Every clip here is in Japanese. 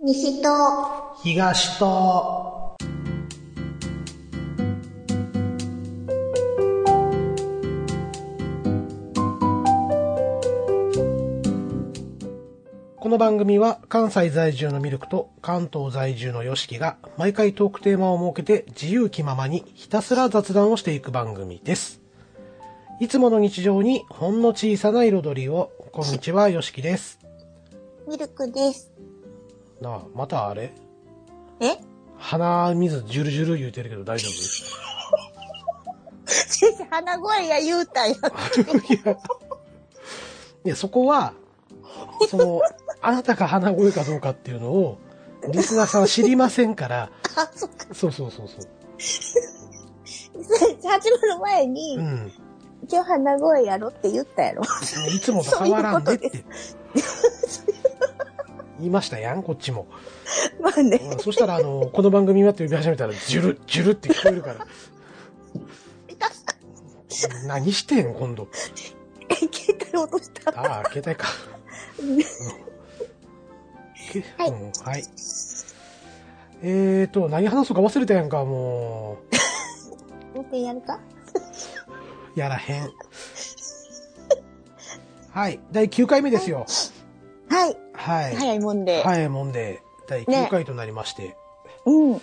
西と、東と、この番組は関西在住のミルクと関東在住のヨシキが毎回トークテーマを設けて自由気ままにひたすら雑談をしていく番組です。いつもの日常にほんの小さな彩りを、こんにちは、ヨシキです。ミルクです。なあ、またあれえ鼻水ジュルジュル言うてるけど大丈 先生、鼻声や言うたんや。夫 いや、いやそこは、その、あなたが鼻声かどうかっていうのを、リスナーさんは知りませんから、あ、そっか。そうそうそうそう。先生始まる前に、うん。今日鼻声やろって言った やろ。いつもと変わらんでって。言いましたやん、こっちも。まあね。うんそしたら、あの、この番組はって呼び始めたら、ジュル、ジュルって聞こえるから。何してん、今度。え、 携帯落とした。ああ、携帯か。けはいうんはい。えーと、何話そうか忘れたやんか、も運転やるかう。やらへん。はい。第9回目ですよ。はい。はい。早いもんで。早いもんで、第9回となりまして。うん。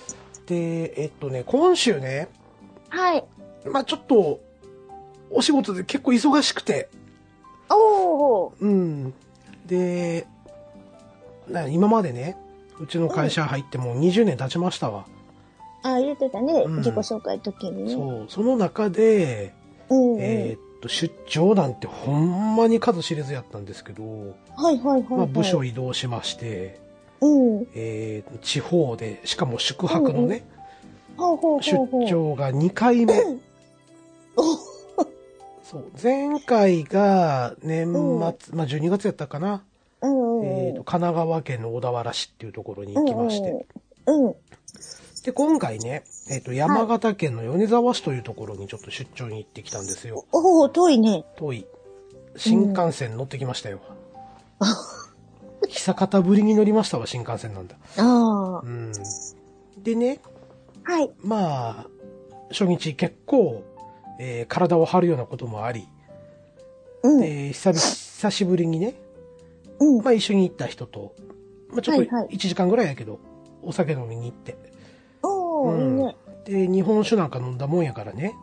で、えっとね、今週ね、はい。まあちょっと、お仕事で結構忙しくて、おー。うん。で、な今までね、うちの会社入ってもう20年経ちましたわ。あ、言ってたね。うん自己紹介の時にね。そう、その中で、うんうん。えーっと、出張なんてほんまに数知れずやったんですけど、はいはいはい、はい。まあ部署移動しまして、うん。えー地方で、しかも宿泊のね、ほうほう出ほうほう。張が2回目。お そう、前回が年末、うんまあ12月やったかな、うんうんうん。えーっと、神奈川県の小田原市っていうところに行きまして、うんうんうん。で、今回ね、えっ、と、山形県の米沢市というところにちょっと出張に行ってきたんですよ。おお、遠いね。遠い。新幹線乗ってきましたよ。久方ぶりに乗りましたわ、新幹線なんだ。あうん。でね、あ。はい。まあ、初日結構、えー体を張るようなこともあり、うん。で久々久しぶりにね、うん。まあ一緒に行った人と、まあちょっとはいはい1時間ぐらいやけど、お酒飲みに行って。おお、いいね。で、日本酒なんか飲んだもんやか らね。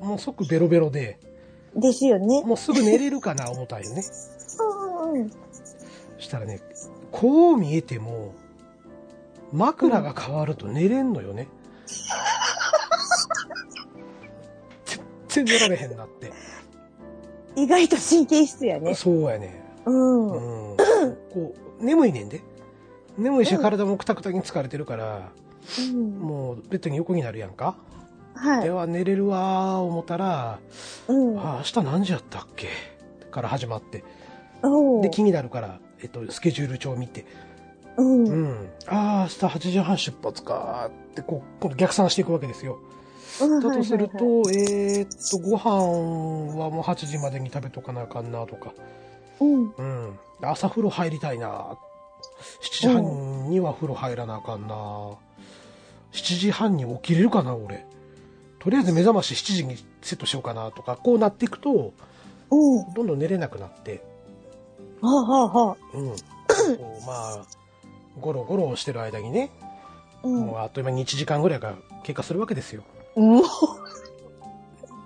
もう即ベロベロで、ですよね。もうすぐ寝れるかな思ったんよね。うんうんうん。したらね、こう見えても、枕が変わると寝れんのよ ね。全然寝られへんなって。意外と神経質やね。そうやね。うん。ううんん。こう、眠いねんで。眠いし体もくたくたに疲れてるから、もうベッドに横になるやんか。はでい。は寝れるわー思ったら、うん。あ明日何時やったっけから始まっておおで。気になるから、えっと、スケジュール帳見て、うん。ううん。ん、ああ明日8時半出発かーってこう今度逆算していくわけですよだとすると、はいはいはい、えーっとご飯はもう8時までに食べとかなあかんなとか、うん。うん、朝風呂入りたいな7時半には風呂入らなあかんな7時半に起きれるかな俺とりあえず目覚まし7時にセットしようかなとかこうなっていくとうん。はどんどん寝れなくなってあはあはあ。うん、こうまあゴロゴロしてる間にね、うん。もうあっという間に1時間ぐらいが経過するわけですようん。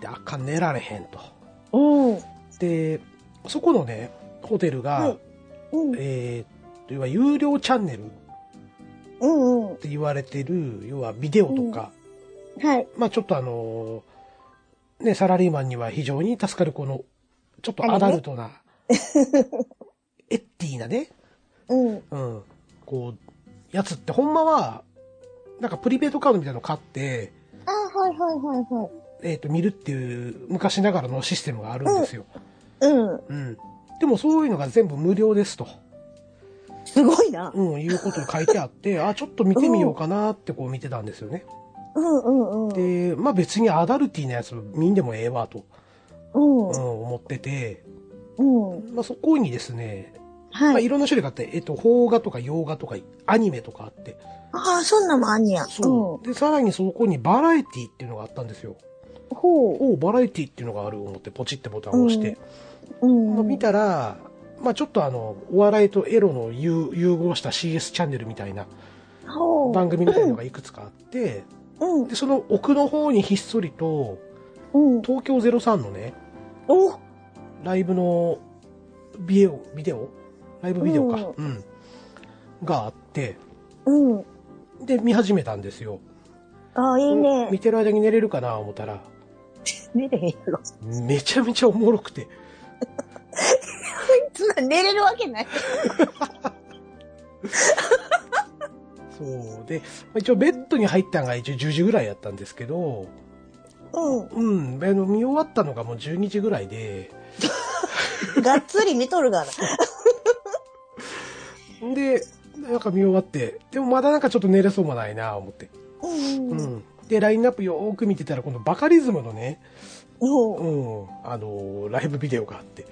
であかん寝られへんとうん。でそこのねホテルが、はいうん。えー要は有料チャンネルっうん。うん。て言われてる要はビデオとか、はい。まあちょっとあのーねサラリーマンには非常に助かるこのちょっとアダルトな、 エッティなねうん。うん、こうやつってほんまはなんかプリペイトカードみたいなの買って、あはいはいはいはい。えー、と見るっていう昔ながらのシステムがあるんですよ、うん。うん、でもそういうのが全部無料ですと、すごいな。うん、いうことが書いてあっ てあちょっと見てみようかなってこう見てたんですよねうんうんうん。でまあ別にアダルティーなやつ見んでもええわと、うんうん、。思ってて、うん。まあ、そこにですねまはあ、い。いろんな種類があって、えっと、邦画とか洋画とか、アニメとかあって。ああ、そんなんもあんねや。そう。で、さらにそこにバラエティっていうのがあったんですよ。うん。ほおうバラエティっていうのがある思って、ポチってボタンを押して。う。うん。まあ見たら、まあちょっとあの、お笑いとエロの融融合した CS チャンネルみたいなほう。番組みたいなのがいくつかあって、うん。で、その奥の方にひっそりと、うん。東京03のね、おライブのビデオ、ビデオライブビデオか。うん。があって、うん。で、見始めたんですよ。ああ、いい見ね。てる間に寝れるかな思ったら、寝れへんやろ。めちゃめちゃおもろくて。そんな寝れるわけない。そう。で、まあ一応ベッドに入ったのが一応10時ぐらいやったんですけど、ううん、あの見終わったのがもう12時ぐらいで、ん。がっつり見とるがな。で、なんか見終わって、でもまだなんかちょっと寝れそうもないな思って。うん。ううん。ん。で、ラインナップよーく見てたら、このバカリズムのね、ほう。うん、あのーライブビデオが あって。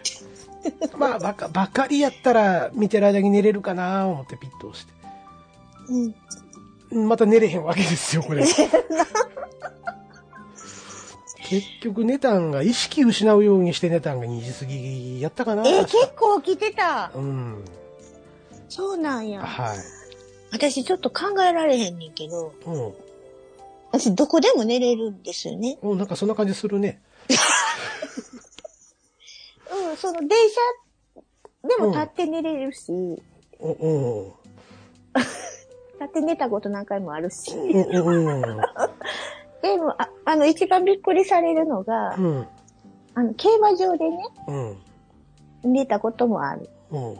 まあ、バカ、バカリやったら見てる間に寝れるかな思ってピッと押して。うん。また寝れへんわけですよ、これ。結局寝たんが、意識失うようにして寝たんが2時過ぎやったかな。えー、結構来てた。うん。そうなんや。はい。私ちょっと考えられへんねんけど、うん。私どこでも寝れるんですよね。うん、なんかそんな感じするね。うん、その電車でも立って寝れるし、うん、うん、立って寝たこと何回もあるし。うん、うん、でも、ああの、一番びっくりされるのが、うん、あの、競馬場でね、うん、寝たこともある。うん。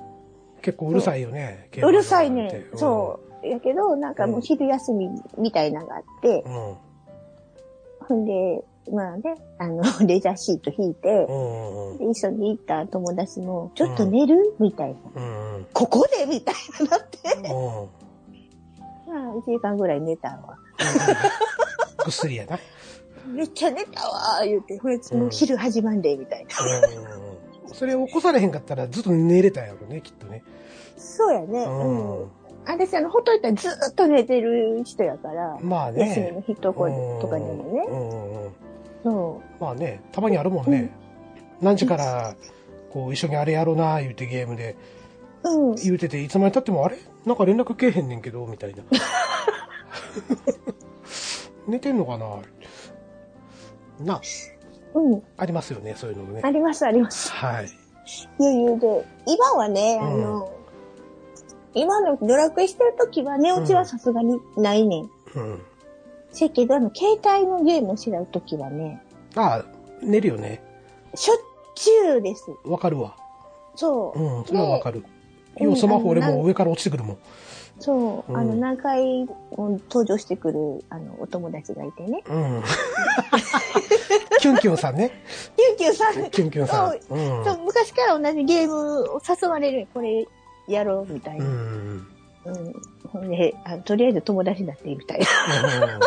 結構うるさいよね。うるさいね。競そう。やけど、なんかもう昼休みみたいなのがあって、馬場なんて。ほんで、まあね、あの、 レジャーシート引いてう、ん、うん、うんで一緒に行った友達も、ちょっと寝るみたいな。うん、うん、ここでみたいななって。うん。まあ、1時間ぐらい寝たわ。ぐっすりやな。めっちゃ寝たわー言うて、ほいつうんもう昼始まんで、みたいな。うん。それ起こされへんかったらずっと寝れたんやろね、きっとね。そうやね。うん。う私、あの、ほっといたらずーっと寝てる人やから、ん。まあ休みのね。日とかとかでもね。うんうんうん。そまあね、たまにあるもんね。何時から、こう、一緒にあれやろうな、言うてゲームで、う。うん。言うてて、いつまで経っても、あれなんか連絡けえへんねんけど、みたいな。寝てんのかなな、うん。ありますよね、そういうのもねあ。ります、あります。はい。余裕で。今はね、うんあの、今のドラクエしてる時は寝落ちはさすがにないねん。うん。せやけど、あの、携帯のゲームをしてる時はね、ああ、寝るよね。しょっちゅうです。わかるわ。そう。うん、それはわかる。で要はスマホ俺うんあのもう上から落ちてくるもん。そう、うんあの、何回も登場してくる、あの、お友達がいてね。うん。キュンキュンさんね。ゆうきゅうさんキュンキュンさん。そうう、昔から同じゲームを誘われる、これやろう、みたいん。うん。うな。ん。うん。ほんであの、とりあえず友達になって、みたいな。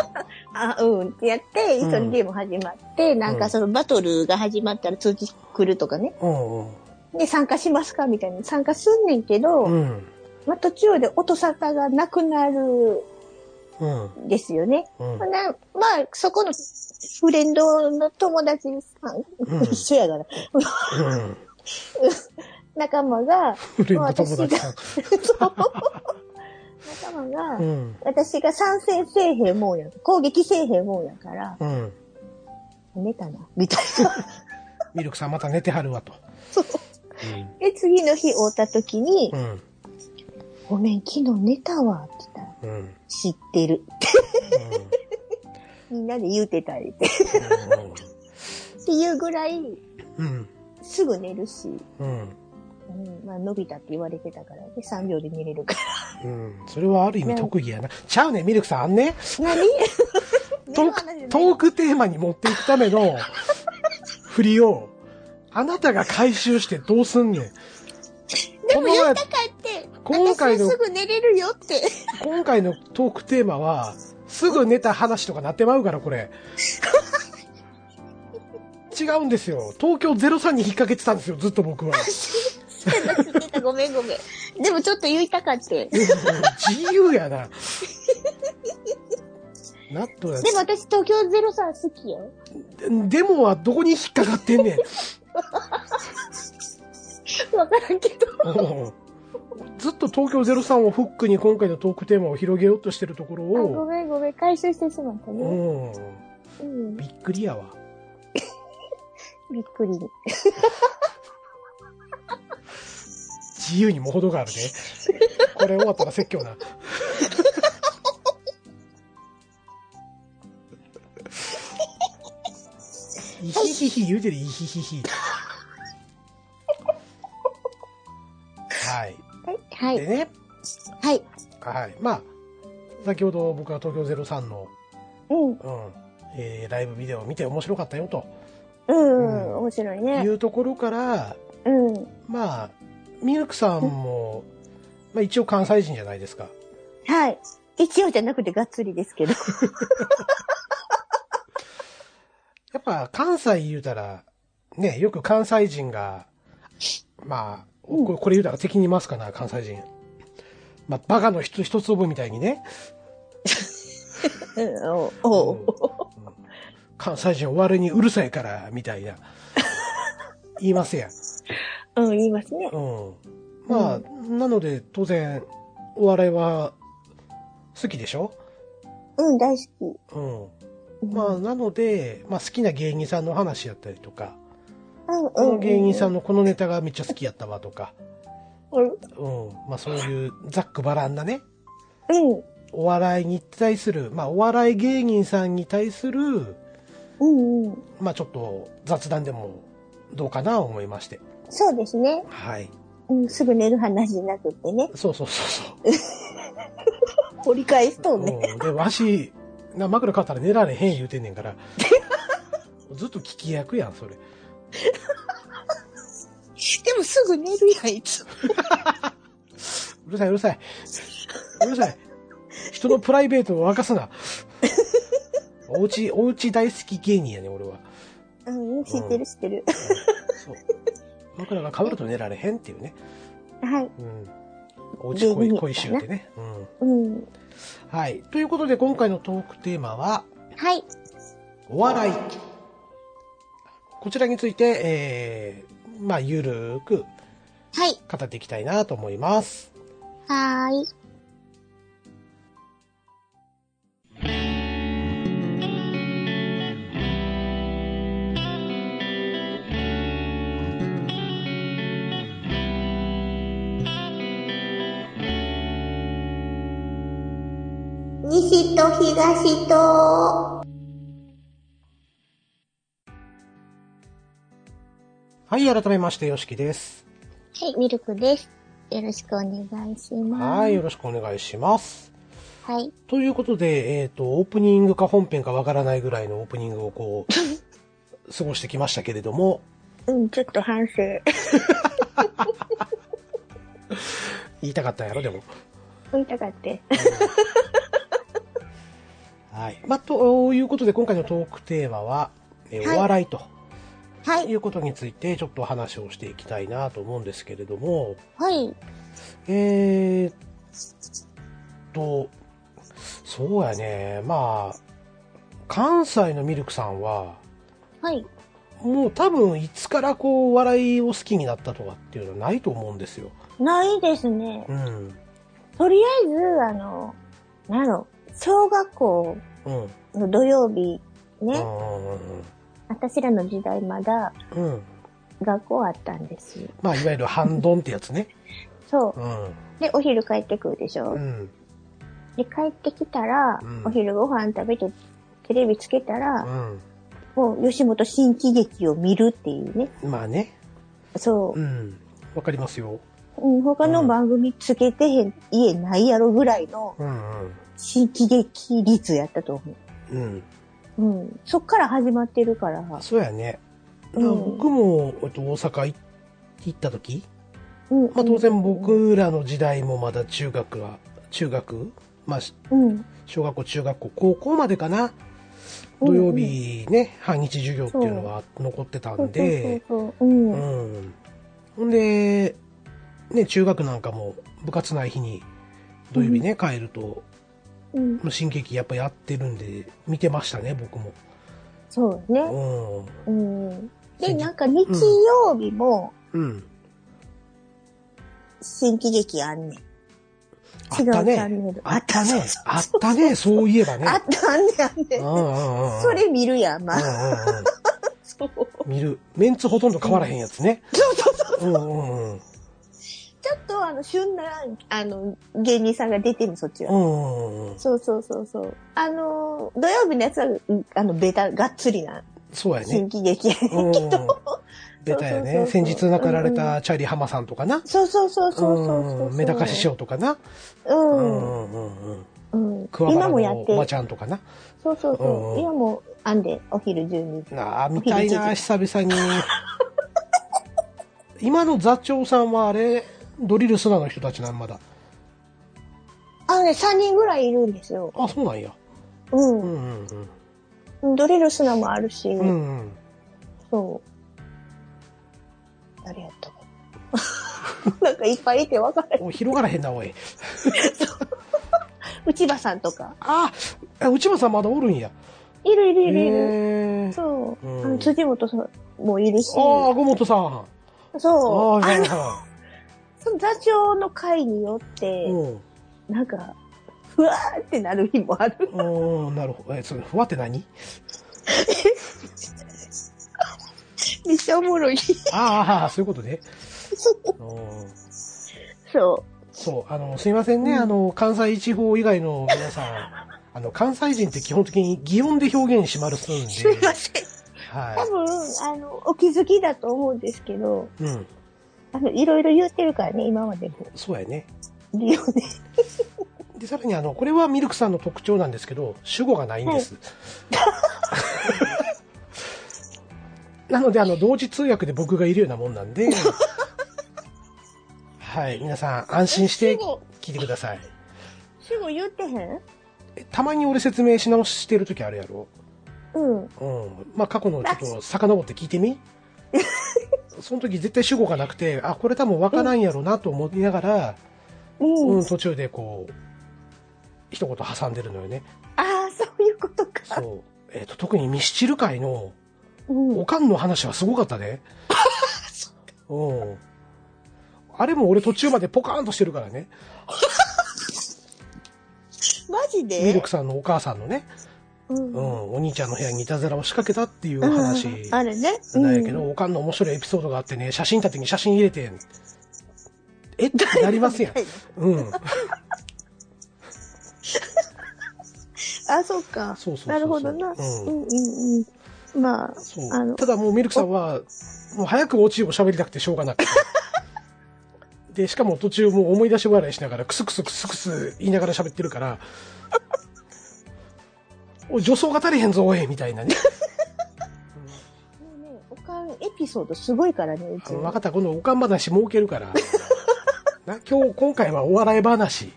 あ、うん。ってやって、うん一緒にゲーム始まって、なんかそのバトルが始まったら通知来るとかね。うん。うんで、参加しますかみたいな。参加すんねんけど、うん。まあ途中で音沙汰がなくなるうん。んですよね。うんほ。なまあ、そこのフレンドの友達さん、うん一緒やから、うん。仲間が、 フレンド友達さん。そう仲間が、うん。私が参戦せえへんもんや、攻撃せえへんもんやから、うん。寝たな、みたいな。ミルクさんまた寝てはるわと。そうで、次の日会うた時に、うん。うん。ごめん、昨日寝たわ、って言ったら、うん。うん知ってる。 みんなで言うてたりって。っていうぐらい、うん。すぐ寝るし、うん。うん、まあ、伸びたって言われてたからね、3秒で寝れるから。うん。それはある意味特技やな。ちゃうね、ミルクさん。あんね、何 トーク、トークテーマに持っていくため の振りを、あなたが回収してどうすんねん。でもこの前言ったかって、今回の私はすぐ寝れるよ って。今回のトークテーマは、すぐ寝た話とかなってまうから、これ。違うんですよ。東京03に引っ掛けてたんですよ、ずっと僕は。てた、知ってた、ごめんごめん。でもちょっと言いたかって。 で自由やな。ナットやも私東京ゼロさん好きよ。でもはどこに引っかかってんねん。 わからんけど。ずっと東京03をフックに今回のトークテーマを広げようとしてるところあごを、めんごめん、回収してしまったね。ううんん、、びっくりやわ。びっくり。自由にも程があるね。これ終わったら説教な。イヒヒヒ言うてるイヒヒヒ。はい。はでい、ね、はい。はい。まあ、先ほど僕は東京03の、うん、うん、えーライブビデオを見て面白かったよとうん、面白いいね。うところから、うん、まあ、ミルクさんも、まあ一応関西人じゃないですか。はい。一応じゃなくてがっつりですけど。やっぱ関西言うたら、ね、よく関西人が、まあ、うんこれこれ言うたら敵にいますかな、関西人。まあ、バカの一一粒みたいにね、うん、おうおう関西人は我にうるさいから、みたいな、言いますやん。うん、言いますね。うん。まあ、なので、当然、お笑いは、好きでしょうん、大好うん。き。まあ、うんなので、まあ、好きな芸人さんの話やったりとか、うん、この芸人さんの。のこのネタがめっちゃ好きやったわとか、うん、うん。まあ、そういうざっくばらんなね、うん、お笑いに対する、まあ、お笑い芸人さんに対する、うん、うん。まあ、ちょっと雑談でもどうかな思いまして。そうですね。はい。うん、すぐ寝る話じゃなくってね。そうそうそう掘り返しそとう。んね。うん、で、わし、な枕買ったら寝られへん言うてんねん から。ずっと聞き役やん、それ。でもすぐ寝るやん、いつも。うるさい、うるさい。うるさい。人のプライベートを明かす な。おうち、おうち大好き芸人やね、俺は。うん、知ってる知ってる。そう。枕が変わると寝られへんっていうね。はい。うん。おうち恋、芸人恋しゅうってね。うん。うん。はい。ということで、今回のトークテーマは、はい。お笑い。こちらについて、えー、まあ、ゆるーくはい。語っていきたいなと思います。はーい。西と東と。はい、改めまして、よしきです。はい、ミルクです。よろしくお願いします。はい、よろしくお願いします。はい。ということで、えっ、と、オープニングか本編かわからないぐらいのオープニングをこう、 過ごしてきましたけれども、うん、ちょっと反省。言いたかったんやろ、でも。うん、痛かって。はい。まあ、ということで、今回のトークテーマは、えーはいお笑いと。はいうことについて、ちょっとお話をしていきたいなと思うんですけれども、はい。えーっと、そうやね、まあ、関西のミルクさんは、はい。もう多分いつからこう笑いを好きになったとかっていうのはないと思うんですよ。ないですね。うん。とりあえず、あの、なの、小学校うん。の土曜日うね、ん私らの時代まだうん。うん。学校あったんですよ。まあ、いわゆる半ドンってやつね。そうう。ん。で、お昼帰ってくるでしょ。うん。で、帰ってきたら、うんお昼ご飯食べて、テレビつけたら、うん。もう、吉本新喜劇を見るっていうね。まあね。そうう。ん。わかりますよ。うん、他の番組つけてへん、家ないやろぐらいのうんうん。新喜劇率やったと思うん。う。うん。そっから始まってるから。そうやね。だうんから僕も、えっと、大阪い行った時、うん。まあ当然僕らの時代もまだ中学は、中学まあしうん。小学校、中学校、高校までかな。うんう土ん曜日ね、半日授業っていうのが残ってたんで、そうそうそうそう。うん。うん。ほんで、ね、中学なんかも部活ない日に土曜日ね、帰ると、うん。新劇やっぱやってるんで、見てましたね、僕も。そうね。ううん。で、新喜なんか日曜日もん。うん。新喜劇あんねん。あ違うっチたャね。ンネル。あったね。ああっそうたね。そういえばね。あったあんねんあんねうん。んうんうん。それ見るやん、うまあ。んうんうん。そう。見る。メンツほとんど変わらへんやつね。そうそうそう。うんうんうん。ちょっとあの、旬な、あの、芸人さんが出てる、そっちうは。んうんうん。そうそうそうそう。あの、土曜日のやつは、うんあの、ベタ、がっつりな、そうやね新。喜劇やけ うんうんど。ベタやそうそうね。そう先日亡くなられたチャーリー浜さんとかな。そうそうそうそうそうそううん。メダカ師。匠とかな。う。うんんうんうんうん。うん。桑今原もやのっおばてち、ゃんとかな。そうそううんうそんう。今も、あんで、お昼12時。なあ、見たいな、久 々に。今の座長さんはあれ、ドリルスナの人たちなんまだ。あのね、3人ぐらいいるんですよ。あ、そうなんや。ううんうんうん。ん。ドリルスナもあるし、うんうん。そう。誰やったかな。なん かいっぱいいて分からない。お広がらへんな、おい。内場さんとか。あ、あ内村さんまだおるんや。いるいるいるいる。へえそう。うんあの辻本さんもいるし。ああ、ごもとさん。ああ、そう。はあいの、はその座長の会によっい。て、うん。なんか、ふわーってなる日もある。うん、なるほど。え、それ、ふわって何 めっちゃおもろい。ああ、そういうことね。うんそそう、あの、すいませんうね、んあの、関西地方以外の皆さん、あの、関西人って基本的に擬音で表現しまるすんう。すい で、ません。多は分、あの、お気づきだと思うんですけど、い。うん、あの、いろいろ言ってるからね、今ま でも。そうやね。理由で。で、さらに、あの、これはミルクさんの特徴なんですけど、主語がないんです。 なので、あの、同時通訳で僕がいるようなもんなんで、 はい、皆さん、安心して主語、聞いてください。主語言ってへんえたまに俺説明し直してる時あるやろ。うん。うん。まあ、過去のちょっと遡って聞いてみその時絶対主語がなくて、あ、これ多分わからんやろなと思いながら、うん。うん、途中でこう、一言挟んでるのよね。ああ、そういうことか。そう。えっ、と、特にミスチル界のうんお。かんの話はすごかった ね。うん。あれも俺途中までポカーンとしてるからね。マジミルでクさんのお母さんのね、う。うんん、お兄ちゃんの部屋にいたずらを仕掛けたっていう話。うんあれね。なんやけうど、おかんの面白いエピソードがあってね、写真立てに写真入れてん。 えってなりますやん。うん。あ、そうか。そうそうそうそうなるほどな。ううんんうんうん。まあ、そあう。のただもうミルクさんは、もう早くオチを喋りたくてしょう がなくて。で、しかも途中もう思い出し笑いしながら、クスクスクスクス言いながら喋ってるから、おい、女装が足りへんぞ、おい、みたい なね。ねおかんエピソードすごいからね、うあち。の分かった、このおかん話儲けるから。な今日、今回はお笑い話、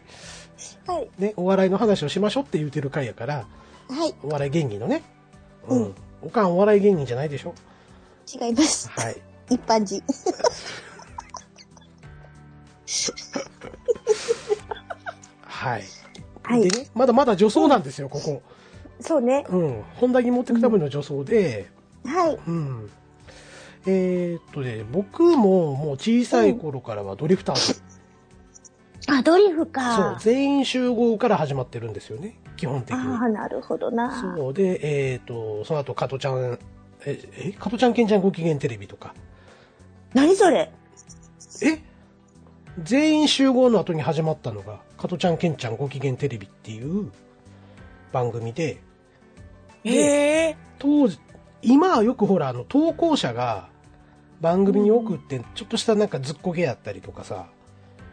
はい。ね、お笑いの話をしましょうって言うてる回やから、はい。お笑い芸人のね。う。うんおかんお笑い芸人じゃないでしょ。違います。はい。一般人。はい。はいでね、まだまだ女装なんですよ、ここ。そうね。うん。本題に持っていくための女装で、はい。うん。えーっとね、僕ももう小さい頃からはドリフターズ、あ、ドリフそうか。、全員集合から始まってるんですよね、基本的に。ああ、なるほどな。そうで、えーっと、その後、加トちゃん、え、え、加トちゃんけんちゃんご機嫌テレビとか。何それえ全員集合の後に始まったのが、加トちゃんけんちゃんご機嫌テレビっていう番組で、へえ。当時、今はよくほら、あの、投稿者が番組に送って、ちょっとしたなんかずっこけやったりとかさ、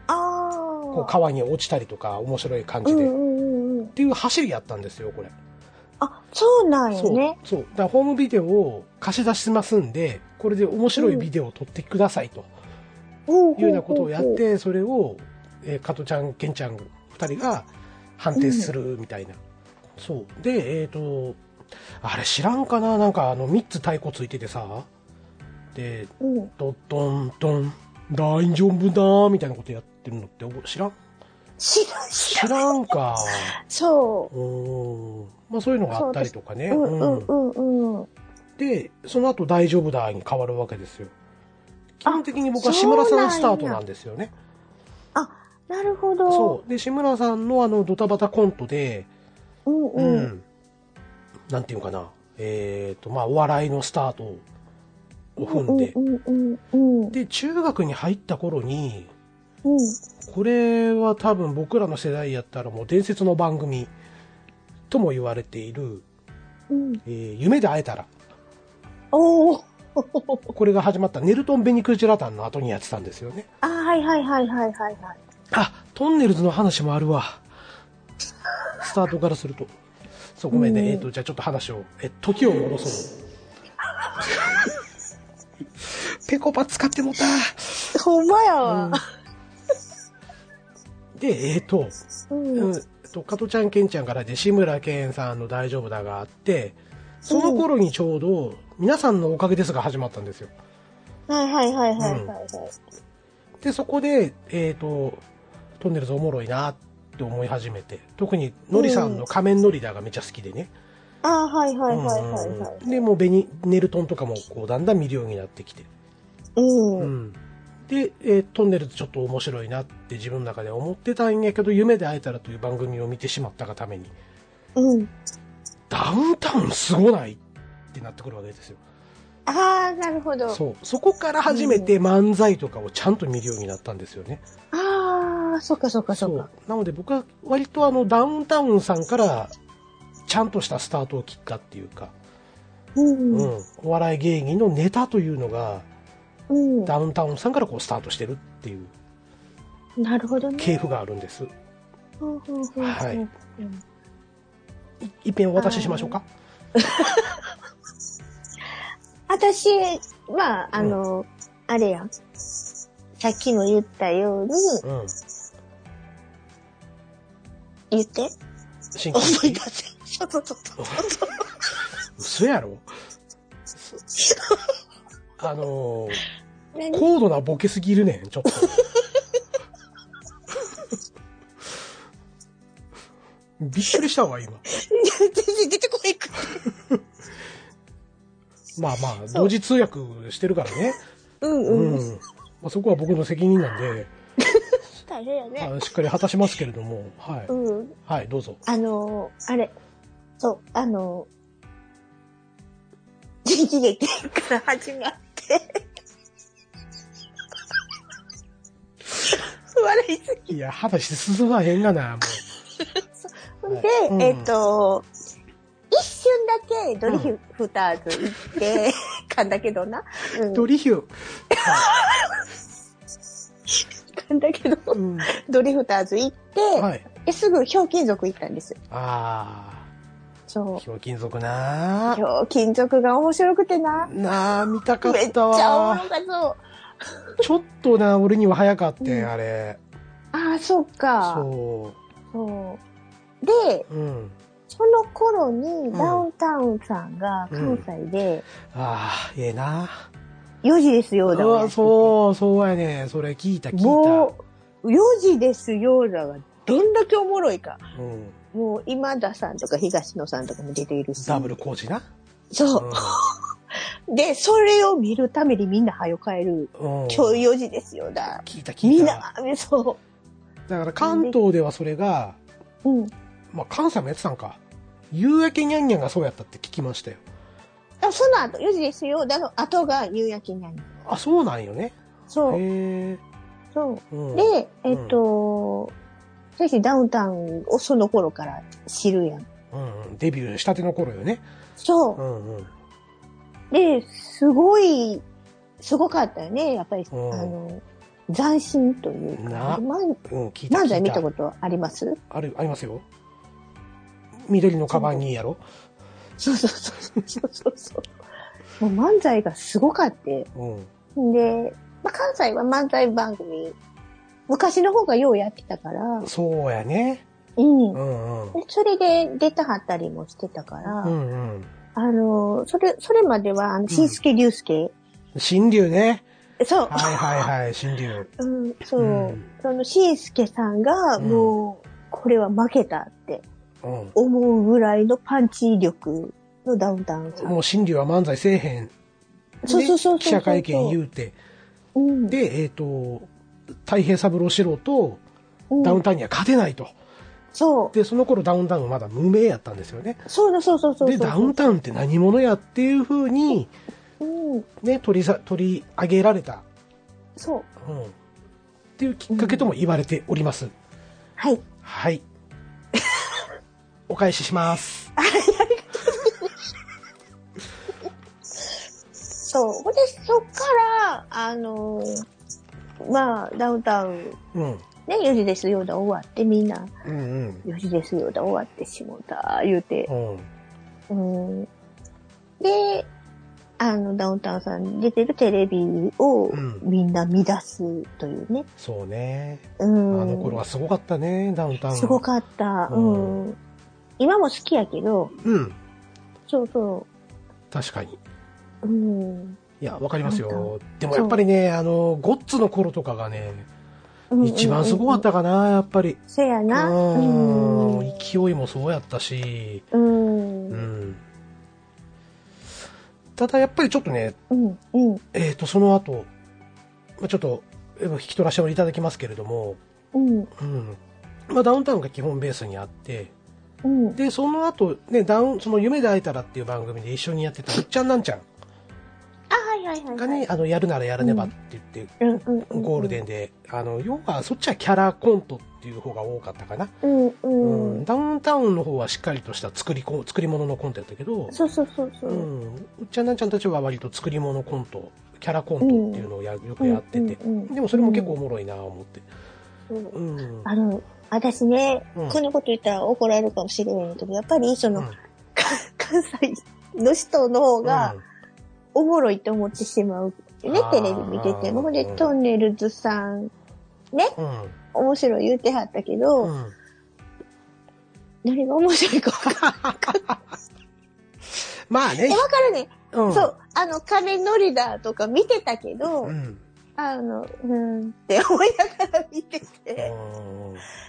あこうあ。川に落ちたりとか、面白い感うじんうで。んっうんうん。ていう走りやったんですよ、これ。あ、そうなんよそう。ね。そう。だからホームビデオを貸し出しますんで、これで面白いビデオを撮ってくださいとほういうようなことをやっほうて、それを、えー加トちゃん、ケンちゃん、二人が判定するみたいな。そう。で、えっ、と、あれ知らんかななんかあの、三つ太鼓ついててさ、で、ほうほう。ドドンドン大丈夫だーみたいなことやってるのってお知らん知らん、知ら知ん。らんか。そうーん。まあそういうのがあったりとかう。ね。うんうんうんうん。で、その後大丈夫だに変わるわけですよ。基本的に僕は志村さんスタートなんですよね。なるほそうど。で、志村さんのあのドタバタコントで、う。うんううん。ん。なんていうかな。えっ、と、まあお笑いのスタートを踏んで。うんうんうんうん。で、中学に入った頃に、うん。これは多分僕らの世代やったらもう伝説の番組とも言われている、うん。えー夢で会えたら、おお。これが始まったネルトン・ベニクジラタンの後にやってたんですよね。あ、はいはいはいはいはいはい。あ、トンネルズの話もあるわ。スタートからすると。そう、ごめんね。うんえっ、と、じゃあちょっと話を。え、時を 戻そう。ペコパ使ってもうた。ほんまやうわ。んで、えっ、と、うん。うん、えっと、加トちゃん、ケンちゃんからで、志村けんさんの大丈夫だがあって、その頃にちょうど、皆さんのおかげですが始まったんですよ。はいはいはいはいはいはい。で、そこで、えっ、と、トンネルズおもろいなって思い始めて、特にのりさんの仮面のりだがめっちゃ好きでね。あ、はいはいはいはういんはうんうい。んで、もうベニ、ネルトンとかもこうだんだん見るようになってきて。うん。ううんん。で、えートンネルズちょっと面白いなって自分の中で思ってたんやけど、夢で会えたらという番組を見てしまったがために、うん。ダウンタウンすごないってなってくるわけですよ。ああ、なるほど。そう。そこから初めて漫才とかをちゃんと見るようになったんですよね。ああ、そっかそっかそっか。。なので僕は割とあのダウンタウンさんからちゃんとしたスタートを切ったっていうか、うん。ううん。ん。お笑い芸人のネタというのがうん、ダウンタウンさんからこうスタートしてるっていうなるほどね。系譜があるんです。ほうほうほうほう。はいうんい一遍お渡ししましょうか。私は、あの、あれやん。さっきも言ったように、うん。言って。新思規い出せ。そうそうそう。嘘 やろあのー何高度なボケすぎるねん、ちょっと。 びっくりしたわ、今。全然出てこないかまあまあ、そう同時通訳してるからね。ら。うんううん。ん。まあ、そこは僕の責任なんで、大変やね。あしっかり果たしますけれども、はい。うん。はい、どうぞ。あのー、あれ。そう、あのー、人気劇から始まって。 笑いすいや、果たして進まへんがな、もう。ぎはで、いうんえっ、と、一瞬だけドリフターズ行 って、かんだけどな。うん、ドリヒュー。はかんだけど、い。うん、ドリフターズ行って、はい。ですぐひょうきん族行ったんです。あそうあ、。ひょうきん族なー今日、金属が面白くてな。なあ、見たかっめっちたゃおもわろかそう。ちょっとな、俺には早かったうんん、あれ。ああ、そっか。そそう。で、う。うん。その頃にんダウンタウンさんが関西でああ、ええな。 4時ですよーだうをやっわてて。う。そう、そうやね。それ聞いた、聞いもう、4時ですよーだがどんだけおもろいか。た。うん。もう今田さんとか東野さんとかも出ているし。ダブルコーチな。そう。で、それを見るためにみんな早帰る。うん。うん今日4時ですよーだ。聞いた、聞みいんた。な、そだから関東ではそれが、う。うん。まあ関西もやってたんか。夕焼けにゃんにゃんがそうやったって聞きましたよ。あその後、4時ですよーだの後が夕焼けになる。あ、そうなんよね。そう。へえ。そうう。ん。で、えっと、ぜひダウンタウンをその頃から知るやん。うんうん。デビューしたての頃よね。そうう。んうん。で、すごい、すごかったよね。やっぱり、あうんの、斬新というなか。まんうん、聞いた。漫聞才い見たことありますある、ありますよ。緑のカバンにやろ。そうそうそうそうそうそう。もう漫才がすごかって。うん。で、まあ、関西は漫才番組、昔の方がようやってたから、そうやね。うん。うでんうん。それで出たはったりもしてたから、うんうん。あの、それ、それまでは、あの、新助竜介、新竜ね。そう。はいはいはい、新竜。 うん、そう。うんその、しんすけさんが、うんもう、これは負けたってうん。思うぐらいのパンチ力のダウンタウンさん。もう新竜は漫才せえへん。そうそうそうそうそうで記者会見言うて。うん、で、えっ、と、太平三郎四郎とうんダウンタウンには勝てないと。そう。で、その頃ダウンタウンはまだ無名やったんですよね。そうだ、そうそうそうそう。で、ダウンタウンって何者やっていうふうに、うん、ね、取りさ取り上げられた、そう。うん、っていうきっかけとも言われております。はい。はいお返ししますそう。ほんで、そっから、あのーまあ、ダウンタウン、うんね、4時ですよだ終わって、みんな、うん4時ですよだ終わってしもうた、言うてう。んううんん。で、あの、ダウンタウンさんに出てるテレビをうんみんな見出すというね。そうねうん。あの頃はすごかったねダウンタウンすごかった。うん。今も好きやけど、うんそうそ確かにう。うん。いやわかりますダウンよでもやっぱりねあのゴッツの頃とかがねうん一番すごかっ。たかなやっぱうんりうんせやうな。ん勢いもそうやったしうん。う。うんんただやっぱりちょっとねうん。うん。えー、とその後、まあちょっとえー引き取らせていただきますけれども、うん。うんまあ、ダウンタウンが基本ベースにあってうん。でその後、ね、ダウンその夢で会えたらっていう番組で一緒にやってた「うっちゃんなんちゃんあ、はいはいはい、はい。」がね、あのやるならやらねばって言って、うんうんうん。ゴールデンであの要はそっちはキャラコントっていう方が多かったかな、うんううんん。ダウンタウンの方はしっかりとした作りこ作り物のコントやったけどそうそうそうそうう。ん、うっちゃんなんちゃんたちは割と作り物コントキャラコントっていうのをやよくやってて、うんうんうんでもそれも結構おもろいなと思って。そううんあの、私ね、うんこんなこと言ったら怒られるかもしれないけど、やっぱりその、うんか関西の人の方がおもろいと思ってしまう。ねあ、ーテレビ見てても。ほんで、うんトンネルズさん、うん、うん面白い言うてはったけど、うん 何が面白いか分からん。まあねえ、、わかるね。うん、そう、あの、亀乗りだとか見てたけど、うん、うんあの、うーんって思いながら見てて、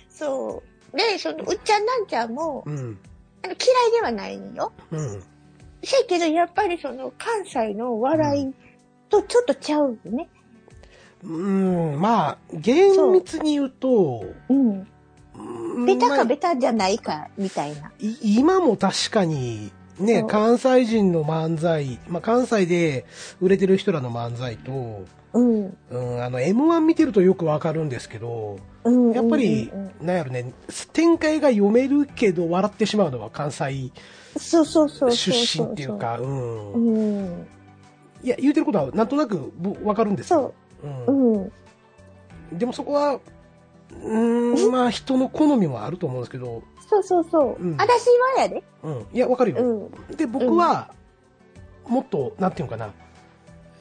そう。で、その、うっちゃんなんちゃんも、うん、あの嫌いではないんよ。うん、せやけど、やっぱりその、関西の笑いとちょっとちゃうよね。うん、まあ厳密に言うと、うん。うんベタまあかベタじゃないか、みたいな。い今も確かにねそう関西人の漫才、まあ関西で売れてる人らの漫才と。うん。うん、あの M1 見てるとよくわかるんですけど、うん。やっぱりうんうんうん、なんやろね、展開が読めるけど笑ってしまうのは関西そうそうそうそう。出身っていう。か、うんう。ん。いや、言うてることはなんとなく僕わかるんですよ。う。うんでもそこは、うーん、まあ人の好みもあると思うんですけど、そうそうそう。うん私はやで。うん、いや、わかるうよ。ん。で、僕は、もっと、なんていうのかな、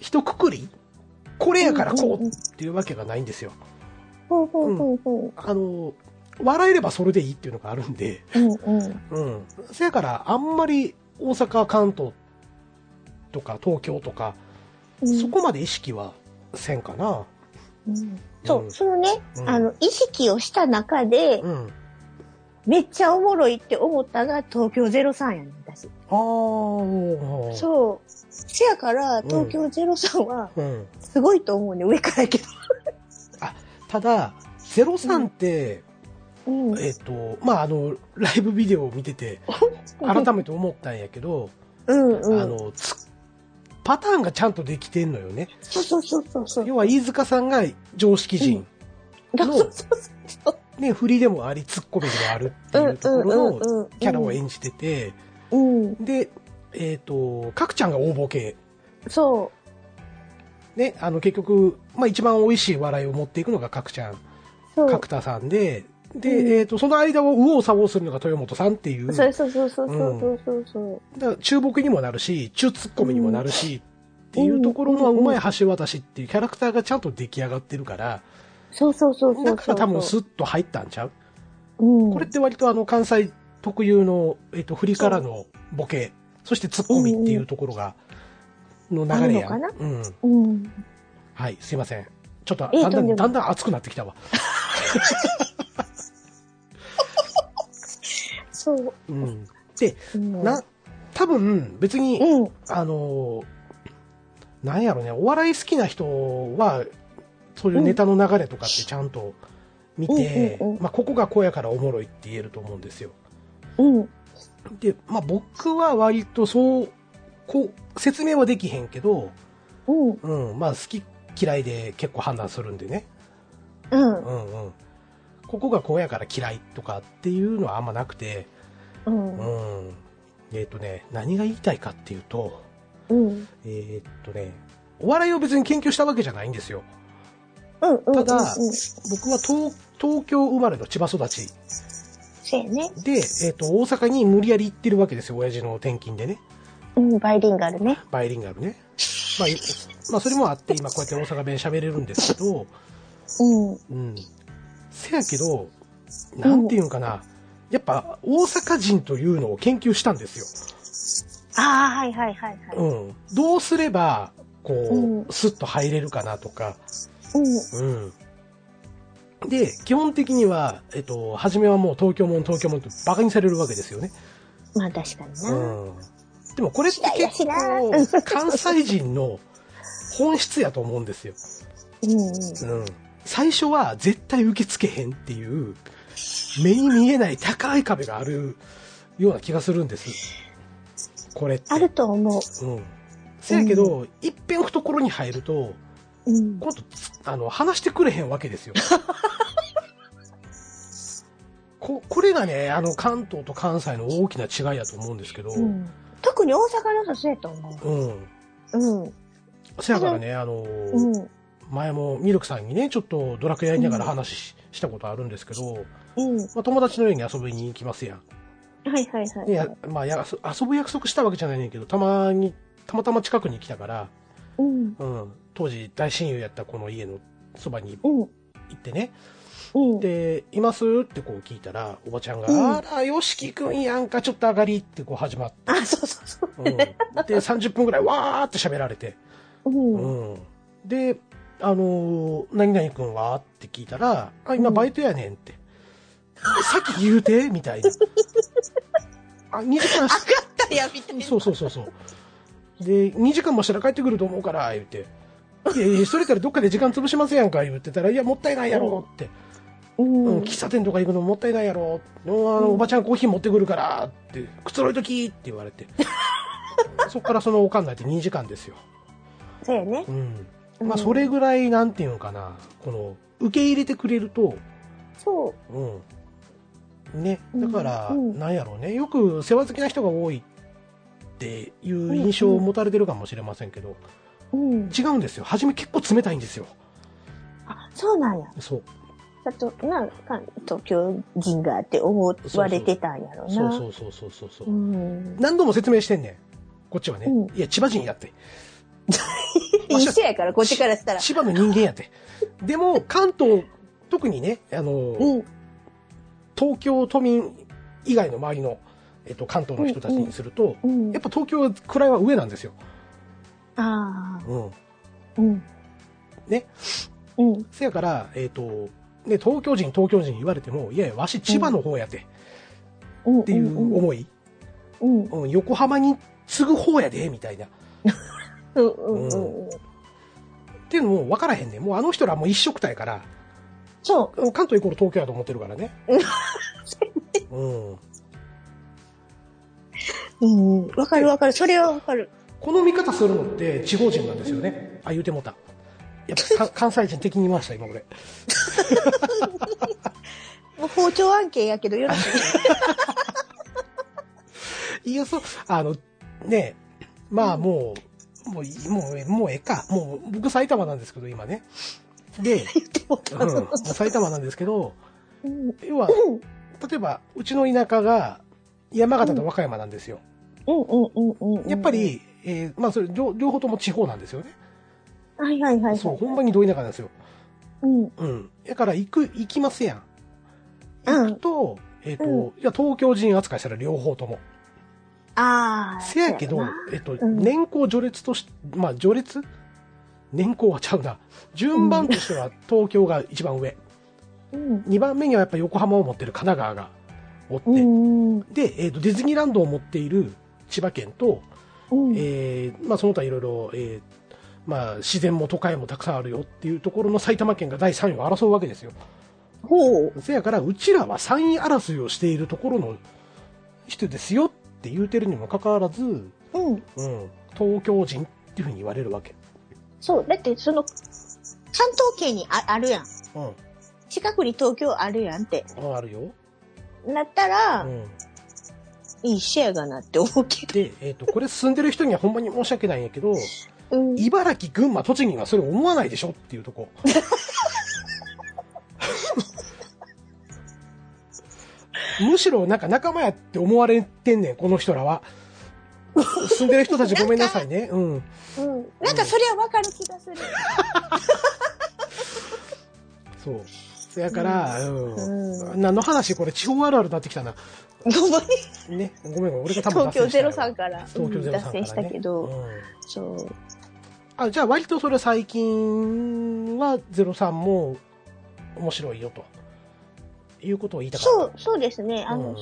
一括りこれやからうこんうんううんっていうわけがないんですよ。ほうほうほうほあの、笑えればそれでいいっていうのがあるんで、う。うんうん。うん。せやから、あんまり大阪、関東とか東京とか、うんそこまで意識はせんかな。うんそうう、んそのね、うんあの、意識をした中で、うん。めっちゃおもろいって思ったが東京03やねん、私。ああ、そう。せやから、東京03は、う。うん。すごいと思うね、上からやけど。ただ、03って、うん。えっ、と、まあ、あの、ライブビデオを見てて、改めて思ったんやけど、うんうあん。の、つパターンがちゃんとできてんのよね。そうそうそうそうそう。要は、飯塚さんが常識人、そうそうそうね、振りでもあり、ツッコミでもあるってそう。いううんとこうんろうのんうん。キャラを演じてて、うん。で、えっ、と、かくちゃんが応募系。そね、あの、結局、まあ、一番美味しい笑いを持っていくのがかくちゃん、う。そう。角田さんで、で、うんえっ、と、その間を右往左往するのが豊本さんっていう、そうだかそうそうそうそうそうそう。ら中ボケにもなるし、中ツッコミにもなるし、っていうところのうんうまい橋渡しっていうキャラクターがちゃんと出来上がってるから、そうそうそうそう。だから多分スッと入ったんちゃううん。これって割とあの関西特有の、えっと振りからのボケそしてツッコミっていうところがの流れやあるのうんうん。はい、すいません。ちょっと、ええだんだ、とんでもなんいだんだん熱くなってきたわ。そう。うん。で、うんな、多分、別に、うん。あのーなんやろね、お笑い好きな人は、そういうネタの流れとかってちゃんと見て、うんうんうんまあ、ここがこうやからおもろいって言えると思うんですよ。うん。で、まあ、僕は割とそう、こう、説明はできへんけど、うん。うん、まあ、好き嫌いで結構判断するんでね。うん。うんうん。ここがこうやから嫌いとかっていうのはあんまなくて、うんう。ん。えっ、とね、何が言いたいかっていうと、うん。えーっとね、お笑いを別に研究したわけじゃないんですよ。うん。うん。ただうん。僕は東東京生まれの千葉育ちそうやね。で、えーっと大阪に無理やり行ってるわけですよ、親父の転勤でね、うん。バイリンガルね。バイリンガルね。まあ、いまあ、それもあって、今、こうやって大阪弁喋れるんですけど、うん。うん。せやけど、なんていうんかな、やっぱ大阪人というのを研究したんですよ。ああ、はいはいはいはい。うん。どうすれば、こうんう、スッと入れるかなとか、うん。うん。で、基本的には、えっと、初めはもう東京もん、東京もんってバカにされるわけですよね。まあ確かにうな。ん。でもこれって結いやいやし構、関西人の本質やと思うんですよ。うん。うん。うん。最初は絶対受け付けへんっていう、目に見えない高い壁があるような気がするんです。これって。あると思う。うん。せやけど、一遍懐に入ると、うん。今度つあの話してくれへんわ けですよここれがねあの関東と関西の大きな違いやと思うんですけど、ううんん。特に大阪の人そうやと思う。うん。せやからねあの、うん。前もミルクさんにねちょっとドラクエやりながら話し,、したことあるんですけど、うん。まあ、友達の家に遊びに行きますやんはいはいはい。でや、まあ、や遊遊ぶ約束したわけじゃないねんけどたまにたまたま近くに来たから、うん。うん、当時大親友やったこの家のそばにうん。行ってねうん。で「います?」ってこう聞いたらおばちゃんが「うんあらよしきくんやんかちょっと上がり」ってこう始まって、 あ、そうそうそう。うんで30分ぐらいわーって喋られて、う。うんんで「あのー何々くんは?」って聞いたら「あ今うんバイトやねん」って「さっき言うて」み たいな「あ2時間しいや、みたいな。 そうそうそうそうで2時間もしたら帰ってくると思うから言うて「いやいやそれからどっかで時間潰しますやんか」言ってたら「いやもったいないやろ」ってううん、ん。喫茶店とか行くのもったいないやろ、うんあのおばちゃんコーヒー持ってくるからってくつろいときって言われて そこからそのおかんないって2時間ですよ、そうやねう。んまあ、それぐらいなんていうのかなこの受け入れてくれると、そう。うんね、だから、うんうんなんやろうねよく世話好きな人が多いっていう印象を持たれてるかもしれませんけど、うん。違うんですよ初め結構冷たいんですよあ、そうなんや。そうだと、なんか、東京人がって思われてたんやろな。そうそうそうそうそうそう、うん。何度も説明してんねんこっちはね、ういや千葉人やって一緒やから、こっちからしたら。千葉の人間やって。でも、関東、特にね、あの、うん。東京都民以外の周りの、えっと、関東の人たちにすると、うんやっ。ぱ東京は位は上なんですよ。ああ。うん。うん。ね。うん。せやから、えっと、ね、東京人、東京人言われても、いやいや、わし千葉の方やて、うん。っていう思い、うん。うん。うん、横浜に次ぐ方やで、みたいな。っうん。うん。うん。ていうのも分からへんねんもうあの人らもう一色体やから、そう。うん関東イコール東京やと思ってるからね。うん。うん。わかるわかる。それはわかる。この見方するのって地方人なんですよね。あ、言うてもうた。やっぱか関西人的に言いました、今俺。もう包丁案件やけど、よろしい。いや、そう、あの、ねえ、まあもう、もういい、もう、もうええか。もう、僕埼玉なんですけど、今ね。で、言ってもうん、もう埼玉なんですけど、うん。要は、例えば、うちの田舎が山形と和歌山なんですよ。うんうんうんうん。やっぱ、り、えーまあそれ両、両方とも地方なんですよね。はいはいはい。そう、ほんまにど田舎なんですよ。うん。うん。だから、行く、行きますやん。うん行くと、えっ、と、ういや、東京人扱いしたら両方とも。ああ。せやけどそうな、えっと、ん年功序列とし、まあ、序列年功はちゃうな。順番としては東京が一番上。うん。 2番目にはやっぱ横浜を持ってる神奈川がおって、うん。で、えー、とディズニーランドを持っている千葉県と、うん。えーまあ、その他いろいろ、えーまあ、自然も都会もたくさんあるよっていうところの埼玉県が第3位を争うわけですよ。ほう。せやから、うちらは3位争いをしているところの人ですよって言うてるにもかかわらず、うん、うん。東京人っていうふうに言われるわけ。そう。だって、その、関東圏にああるやん。うん、近くに東京あるやんって。あるよ。なったら、うんいいシェアがなって思うけど。で、えーと、これ住んでる人にはほんまに申し訳ないんやけど、うん。茨城、群馬、栃木はそれ思わないでしょっていう とこ。むしろなんか仲間やって思われてんねん、この人らは。住んでる人たちごめんなさいね。うん。うん。なんかそれはわかる気がする。そう。そやから、うん。う何の話これ地方あるあるになってきたな。ごめん。ね。ごめんごめん、俺が多分東京脱線したよ03から。東京うんゼロ脱線したけど。うんそう。あ、じゃあ割とそれ最近は03も面白いよと。いうことを言いたかった。そう、そうですね。あの、うん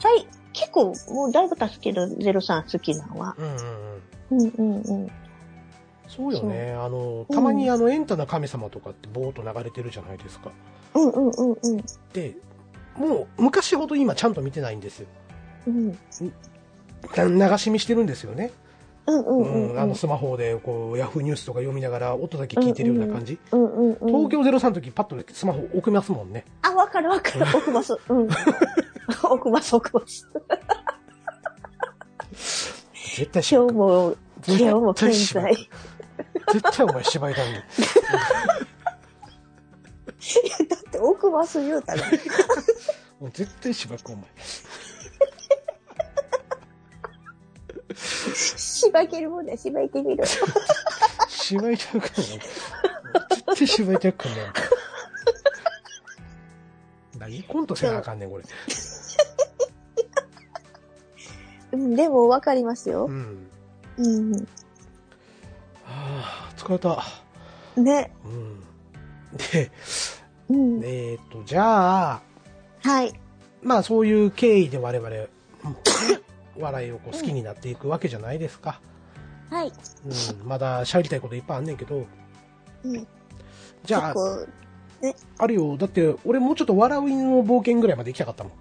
さい結構、もうだいぶ経つけど、03好きなのは。うんうんうん、うんうんうん。そうよねあのうんたまにあのエンタの神様とかってぼーっと流れてるじゃないですかうんうんうんうん。でもう昔ほど今ちゃんと見てないんですようんな流し見してるんですよね、うんううんんうん。あのスマホでこうヤフーニュースとか読みながら音だけ聞いてるような感じ、うんうんうん。東京03の時パッとスマホ置きますもんねあ、わかるわ かる。奥ます。うん。 奥ます、奥ます。絶対今日も、今絶日対も健芝在。居い絶対お前芝居だねや、だって 奥ます言うたら。もう絶対芝居お前しばけるもんだ、しばいてみる。芝居ちゃうからな絶対芝居ちゃうからな何コントせなあかんねんこれうん、でもわかりますよう。んうん。はあ、疲れた。ね。うん。で、うん。えっ、と、じゃあ、はい。まあそういう経緯で我々、うん笑いをこう好きになっていくわけじゃないですか。はい。うん、まだ喋りたいこといっぱいあんねんけど、うん。じゃあ結、構あるよ。だって、俺もうちょっと笑う犬の冒険ぐらいまで行きたかったもん。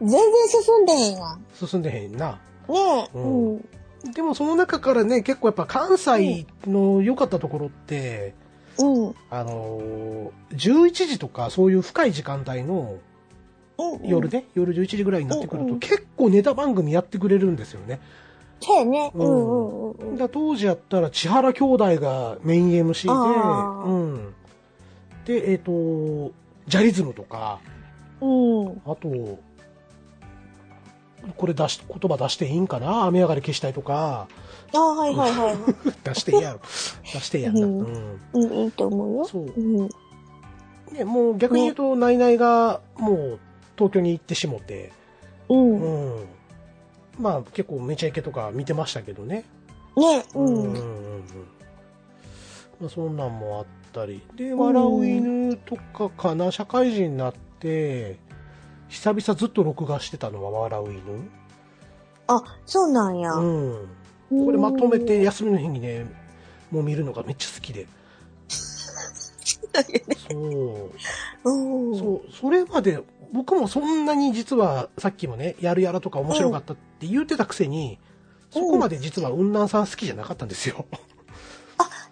全然進んでへんやん。ね進んでへんな。え。うんうん。でもその中からね、結構やっぱ関西の良かったところって、うん。あのー11時とかそういう深い時間帯のうんうん夜。ね、夜11時ぐらいになってくるうんうとん結構ネタ番組やってくれるんですよね。そうやね。ううんんうんうんうん。だ当時やったら千原兄弟がメイン MC あーで、うん、で、えっ、と、ジャリズムとか、うん。あと、これ出し、言葉出していいんかな雨上がり消したいと か、ああ、はいはいはいはい。 出していいやろ。出していいやんな。うんうんうん、いいと思うよ。そううん。ね、もう逆に言うと、ナイナイがもう東京に行ってしもて、うん。ねうん。まあ結構めちゃイケとか見てましたけどね。うん。うんうんうんうんまあ、そんなんもあったりで「ん笑う犬」とかかな社会人になって久々ずっと録画してたのは「笑う犬あ、そうなんや」。うん、これまとめて休みの日にねもう見るのがめっちゃ好 きでそううん。うん。そうそれまで僕もそんなに実はさっきもね「やるやら」とか面白かったって言ってたくせにそこまで実は雲南さん好きじゃなかったんですよ。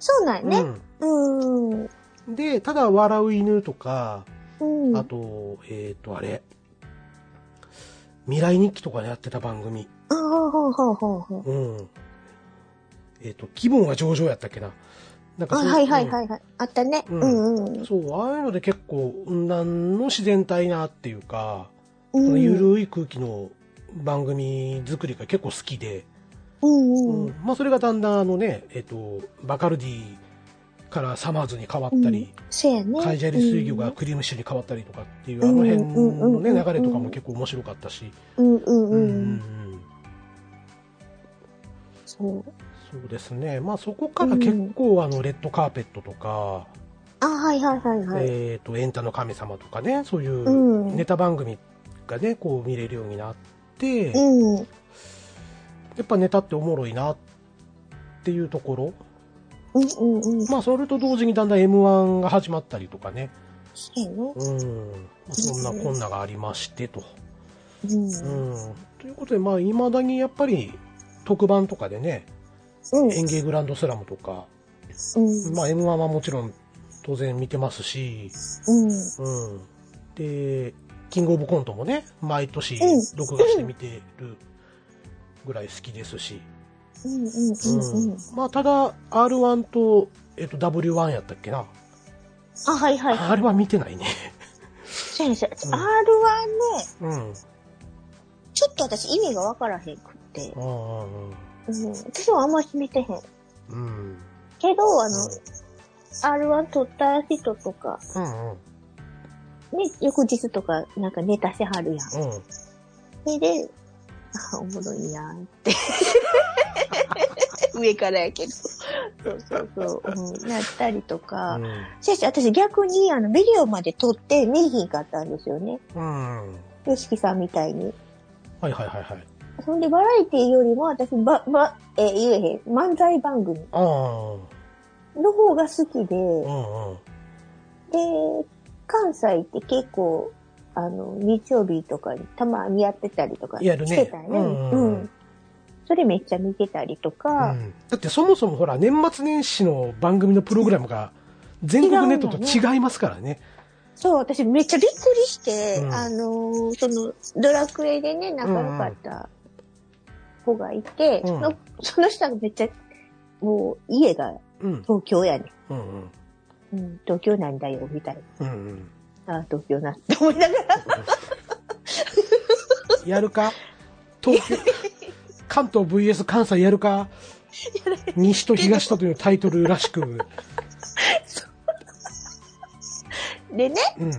そうなんやうね。んうん。うん。でただ「笑う犬」とかうんあと、えっ、と、あれ、未来日記とかでやってた番組。ああ、ほうほうほうほう。うん。えっ、と、気分は上々やったっけな。なんあ、かそうはいはいい。はいはい。あったね。ううんんうん。そう、ああいうので結構、雲南の自然体なっていうか、うそのん。ゆるい空気の番組作りが結構好きで、うんう。うんんまあそれがだんだんあのね、えっ、と、バカルディからサマーズに変わったり、せやね。カイジャリ水魚がクリームシチューに変わったりとかっていう、あの辺のね、流れとかも結構面白かったし、うんうんううんうんん。うんそう。そうですね。まあそこから結構あの、レッドカーペットとか、あ、はいはいはいはい。えっ、と、エンタの神様とかね、そういううん。ネタ番組がね、こう見れるようになって、やうん。っぱネタっておもろいなっていうところ。うんうんうん。まあそれと同時にだんだん M1 が始まったりとかね。そうね。うん。まあそんなこんながありましてと。うん。うう。んということで、まあ未だにやっぱり特番とかでね、ん。演芸グランドスラムとか、うん。まあ M1 はもちろん当然見てますし、うん。うん。で、キングオブコントもね、毎年うん録画して見てるぐらい好きですし、うんうんうんうん。まあただ R1 と、えっと W1 やったっけな。あ、はいはい。 R1 見てないね。先生、うん R はね、うん。ちょっと私意味がわからへんくってう。んうんうん。私はあんまし見てへん。けど、うん。うん。あの、R1 撮った人とか、うんうん。ね、翌日とかなんかネタしはるやん。うん。それで、あ、おもろいなー って。上からやけど。そうそうそう。うん、なったりとか。先生、私逆に、あの、ビデオまで撮って見えへんかったんですよね。うん。うん。よしきさんみたいに。はいはいはいはい。そんで、バラエティよりも私、ば、ば、えー言えへん。漫才番組ああ。の方が好きで、うんうん。で、関西って結構、あの、日曜日とかにたまにやってたりとかやるねしてたよね。うんうんうんうんそれめっちゃ見てたりとか、うんだってそもそもほら、年末年始の番組のプログラムが全国ネットと違いますからね。そう、私めっちゃびっくりして、うんあのーその、ドラクエでね、仲良かった子がいて、うんその、その人がめっちゃ、もう、家がうん。東京やねうんうん。ん。うん、東京なんだよ、みたいうんうん。な。ああ、東京な、って思いながら、 やるか東京、関東 VS 関西やるか西と東とというタイトルらしく。うん。でね、うん。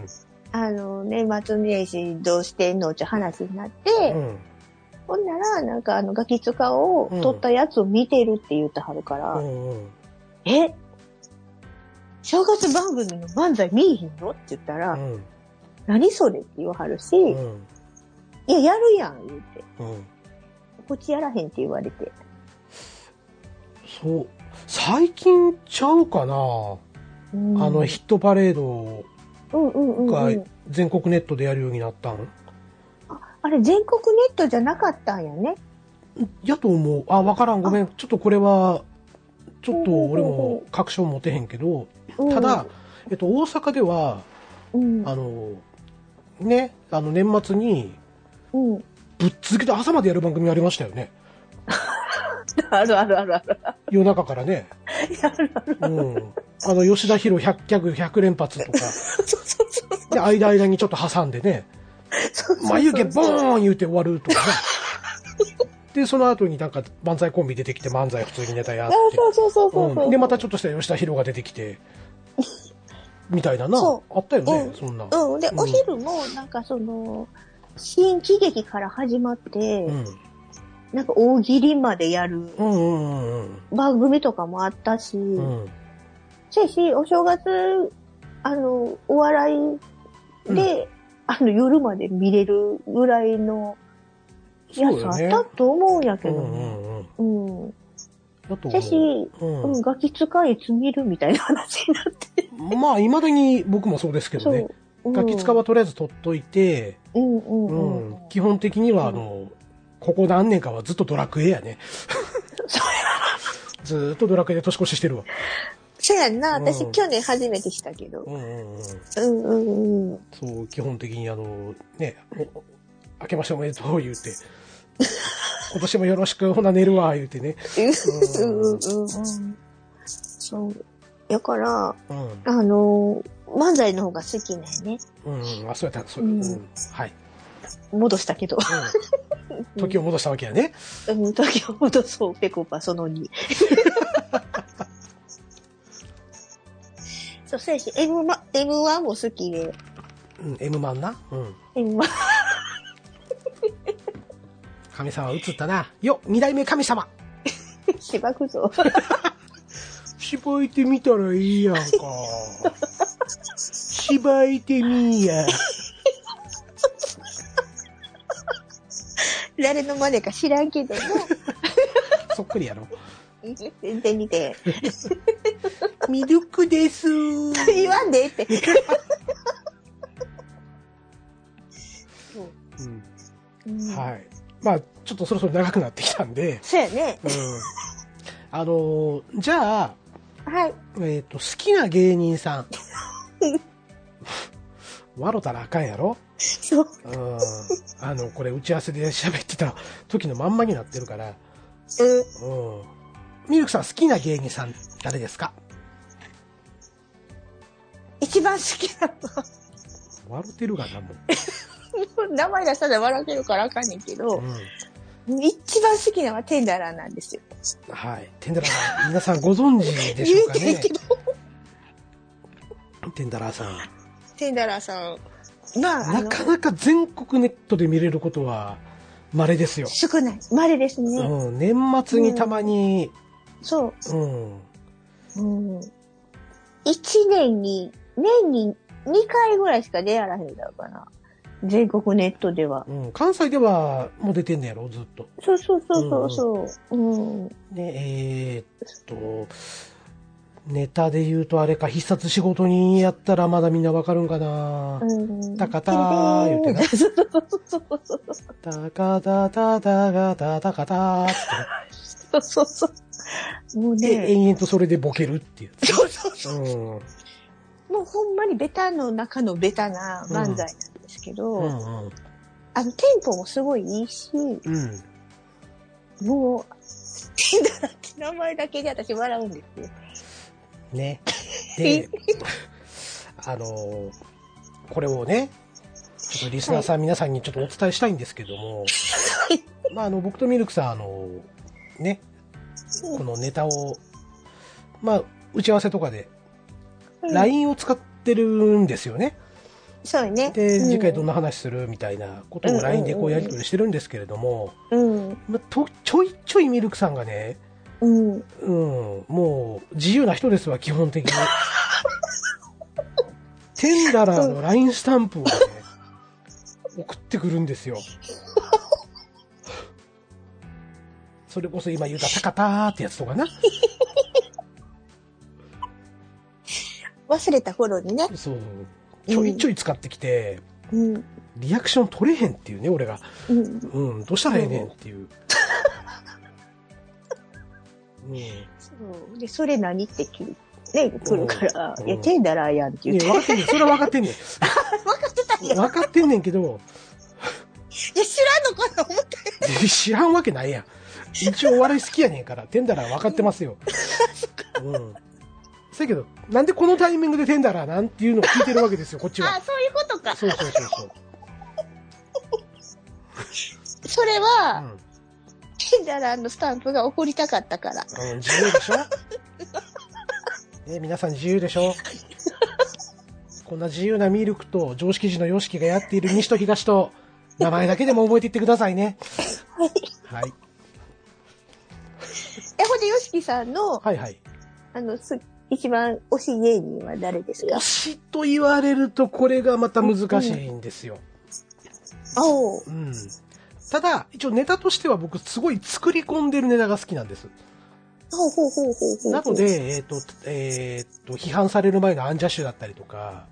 あの、年末年始どうしてんのって話になって、うん。ほんなら、なんかあの、ガキツカを撮ったやつを見てるって言ってはるから、うん。え正月番組の漫才見えへんのって言ったら、うん。何それって言わはるし、ういん。や、やるやん、言うて。うん。こっちやらへんって言われて。そう。最近ちゃううかな、んあのヒットパレードうんうんうんうん、が全国ネットでやるようになったん、あれ、全国ネットじゃなかったんやね。やと思う。あ、わからん。ごめん。ちょっとこれは、ちょっと俺ほうほうも確証持てへんけど、うんただ、、えっと、大阪では、うん、あの、ね、あの、年末に、うん。ぶっ続けて朝までやる番組ありましたよね。あるあるあるある。夜中か らね。あるある。うん。あの、吉田博100ギャグ100連発とか、そうそうそうそう。で、間間にちょっと挟んでね、そうそうそう眉毛ボーン言うて終わるとかね。 で、その後になんか、漫才コンビ出てきて漫才普通にネタやっあて。そうそうそうそうそう。うん、でまたちょっとした吉田博が出てきてみたいななそあったようね、んそんなうん。で、うんお昼も、なんかその、新喜劇から始まって、うん、なんか大喜利までやるうんうんうん番組とかもあったし、うんうんせやし、お正月、あの、お笑いで、あの、夜まで見れるぐらいのやそうつあよっねたと思うんやけうどんうね。んうんうん。だとせや思し、う、うん、ガキ使いつ見るみたいな話になって。うん、まあいまだに僕 もそうですけどね。うんガキ使はとりあえず取っといて、うんうんううんんうん。基本的にはあの、ここ何年かはずっとドラクエやねずーっとドラクエで年越ししてるわ、せやんな、私、うん去年初めてしたけどう。んうんうん、うんうんうん。そう基本的にあのねおお明けましておめでとう言うて今年もよろしくほな寝るわ言うてねうんうんうんうん。そう。やから、うんあのー漫才の方が好きなんやね。うんうん、あ、そうやった、そう、ううんん、はい、戻したけど。うん。時を戻したわけやね。うん、時を戻そう、ペコパその2。そう、そうやし、M1 M1 も好きで、うん、M マンな。うん。 M1、神様映ったな。よ、二代目神様。しばくぞ。しばいてみたらいいやんか。しばいてみーや。誰の真似か知らんけども、そっくりやろ。全然似てへん。ミルクです。言わんでええって。うんうんはい。まあ、ちょっとそろそろ長くなってきたんで、そうやね。うん。あのーじゃあ、はい。えっ、と、好きな芸人さん。笑たらあかんやろそう。うん。あの、これ打ち合わせで喋ってた時のまんまになってるから、うん。うん。ミルクさん好きな芸人さん誰ですか一番好きな笑ってるがな、もう。の、名前出したら笑けるからあかんねんけど、う一番好きなのはテンダラーなんですよ。ん。はい。テンダラーさん、皆さんご存知でしょ 言ううかてへんねけ。ど、テンダラーさん。テンダラーさん、まあ、あなの、かなか全国ネットで見れることは稀ですよ。少ない。稀ですね。うん。年末にたまに、そう。うん。うん。一年に、年に2回ぐらいしか出やらへんだからな。全国ネットでは。うん。関西ではもう出てんねやろ、ずっと。そうそうそうそうそう。うん。ね、えーっと、ネタで言うとあれか、必殺仕事人やったらまだみんなわかるんかな。うん。高田ー言うてなそうそうそうそうたかたたたがたたかたーってそうそうそう。もう言って、ね、延々とそれでボケるっていう。そうそうそう。うん。もうほんまにベタの中のベタな漫才なんですけど、うんうん。あの、テンポもすごいいいし、うん。もう、 テンダラって名前だけで私笑うんですよ。ね。 で、あのーこれをね、ちょっとリスナーさん、皆さんにちょっとお伝えしたいんですけ ども、まあ、あの、僕とミルクさん、あのーね、このネタを、まあ、打ち合わせとかで、うん、 LINE を使ってるんですよね。そうよね。で、次回どんなな話するみたいなことうをん LINE でこうやり取りしてるんですけれども、うん。まあとちょいちょいミルクさんがね、うん。うん、もう自由な人ですわ、基本 的に。テンダラーの LINE スタンプをね、送ってくるんですよ。それこそ今言うたタカターってやつとかな。忘れた頃にね。そう。ちょいちょい使ってきて、うん。リアクション取れへんっていうね、俺が。うん。うん、どうしたらええねんっていう。うん。そう。で、それ何って聞いね、来るから、うんいや、テンダラーやんって言い って、や分かってんねん。それは分かってんねん。分かってたんや。分かってんねんけど、いや、知らんのかな思って。 知らんわけないやん。一応お笑い好きやねんから、テンダラー分かってます よ。うん。せやけど、なんでこのタイミングでテンダラーなんていうのを聞いてるわけですよ、こっちあは。そういうことか。そうそうそうそう。それうは、ん。テンダラーのスタンプが送りたかったから。うん自由で しょね皆さん自由でしょこんな自由なミルクと常識人のヨシキがやっている西と東と名前だけでも覚えていってくださいね。はい。え、ほんで、ヨシキさんの、はいはい。あの、す、一番推し芸人は誰ですか推しと言われるとこれがまた難しいんですよ。おう。うん。ただ、一応ネタとしては僕すごい作り込んでるネタが好きなんです。ほうほうほうほうほう。なの、で、えっ、と、えっ、と、批判される前のアンジャッシュだったりとか、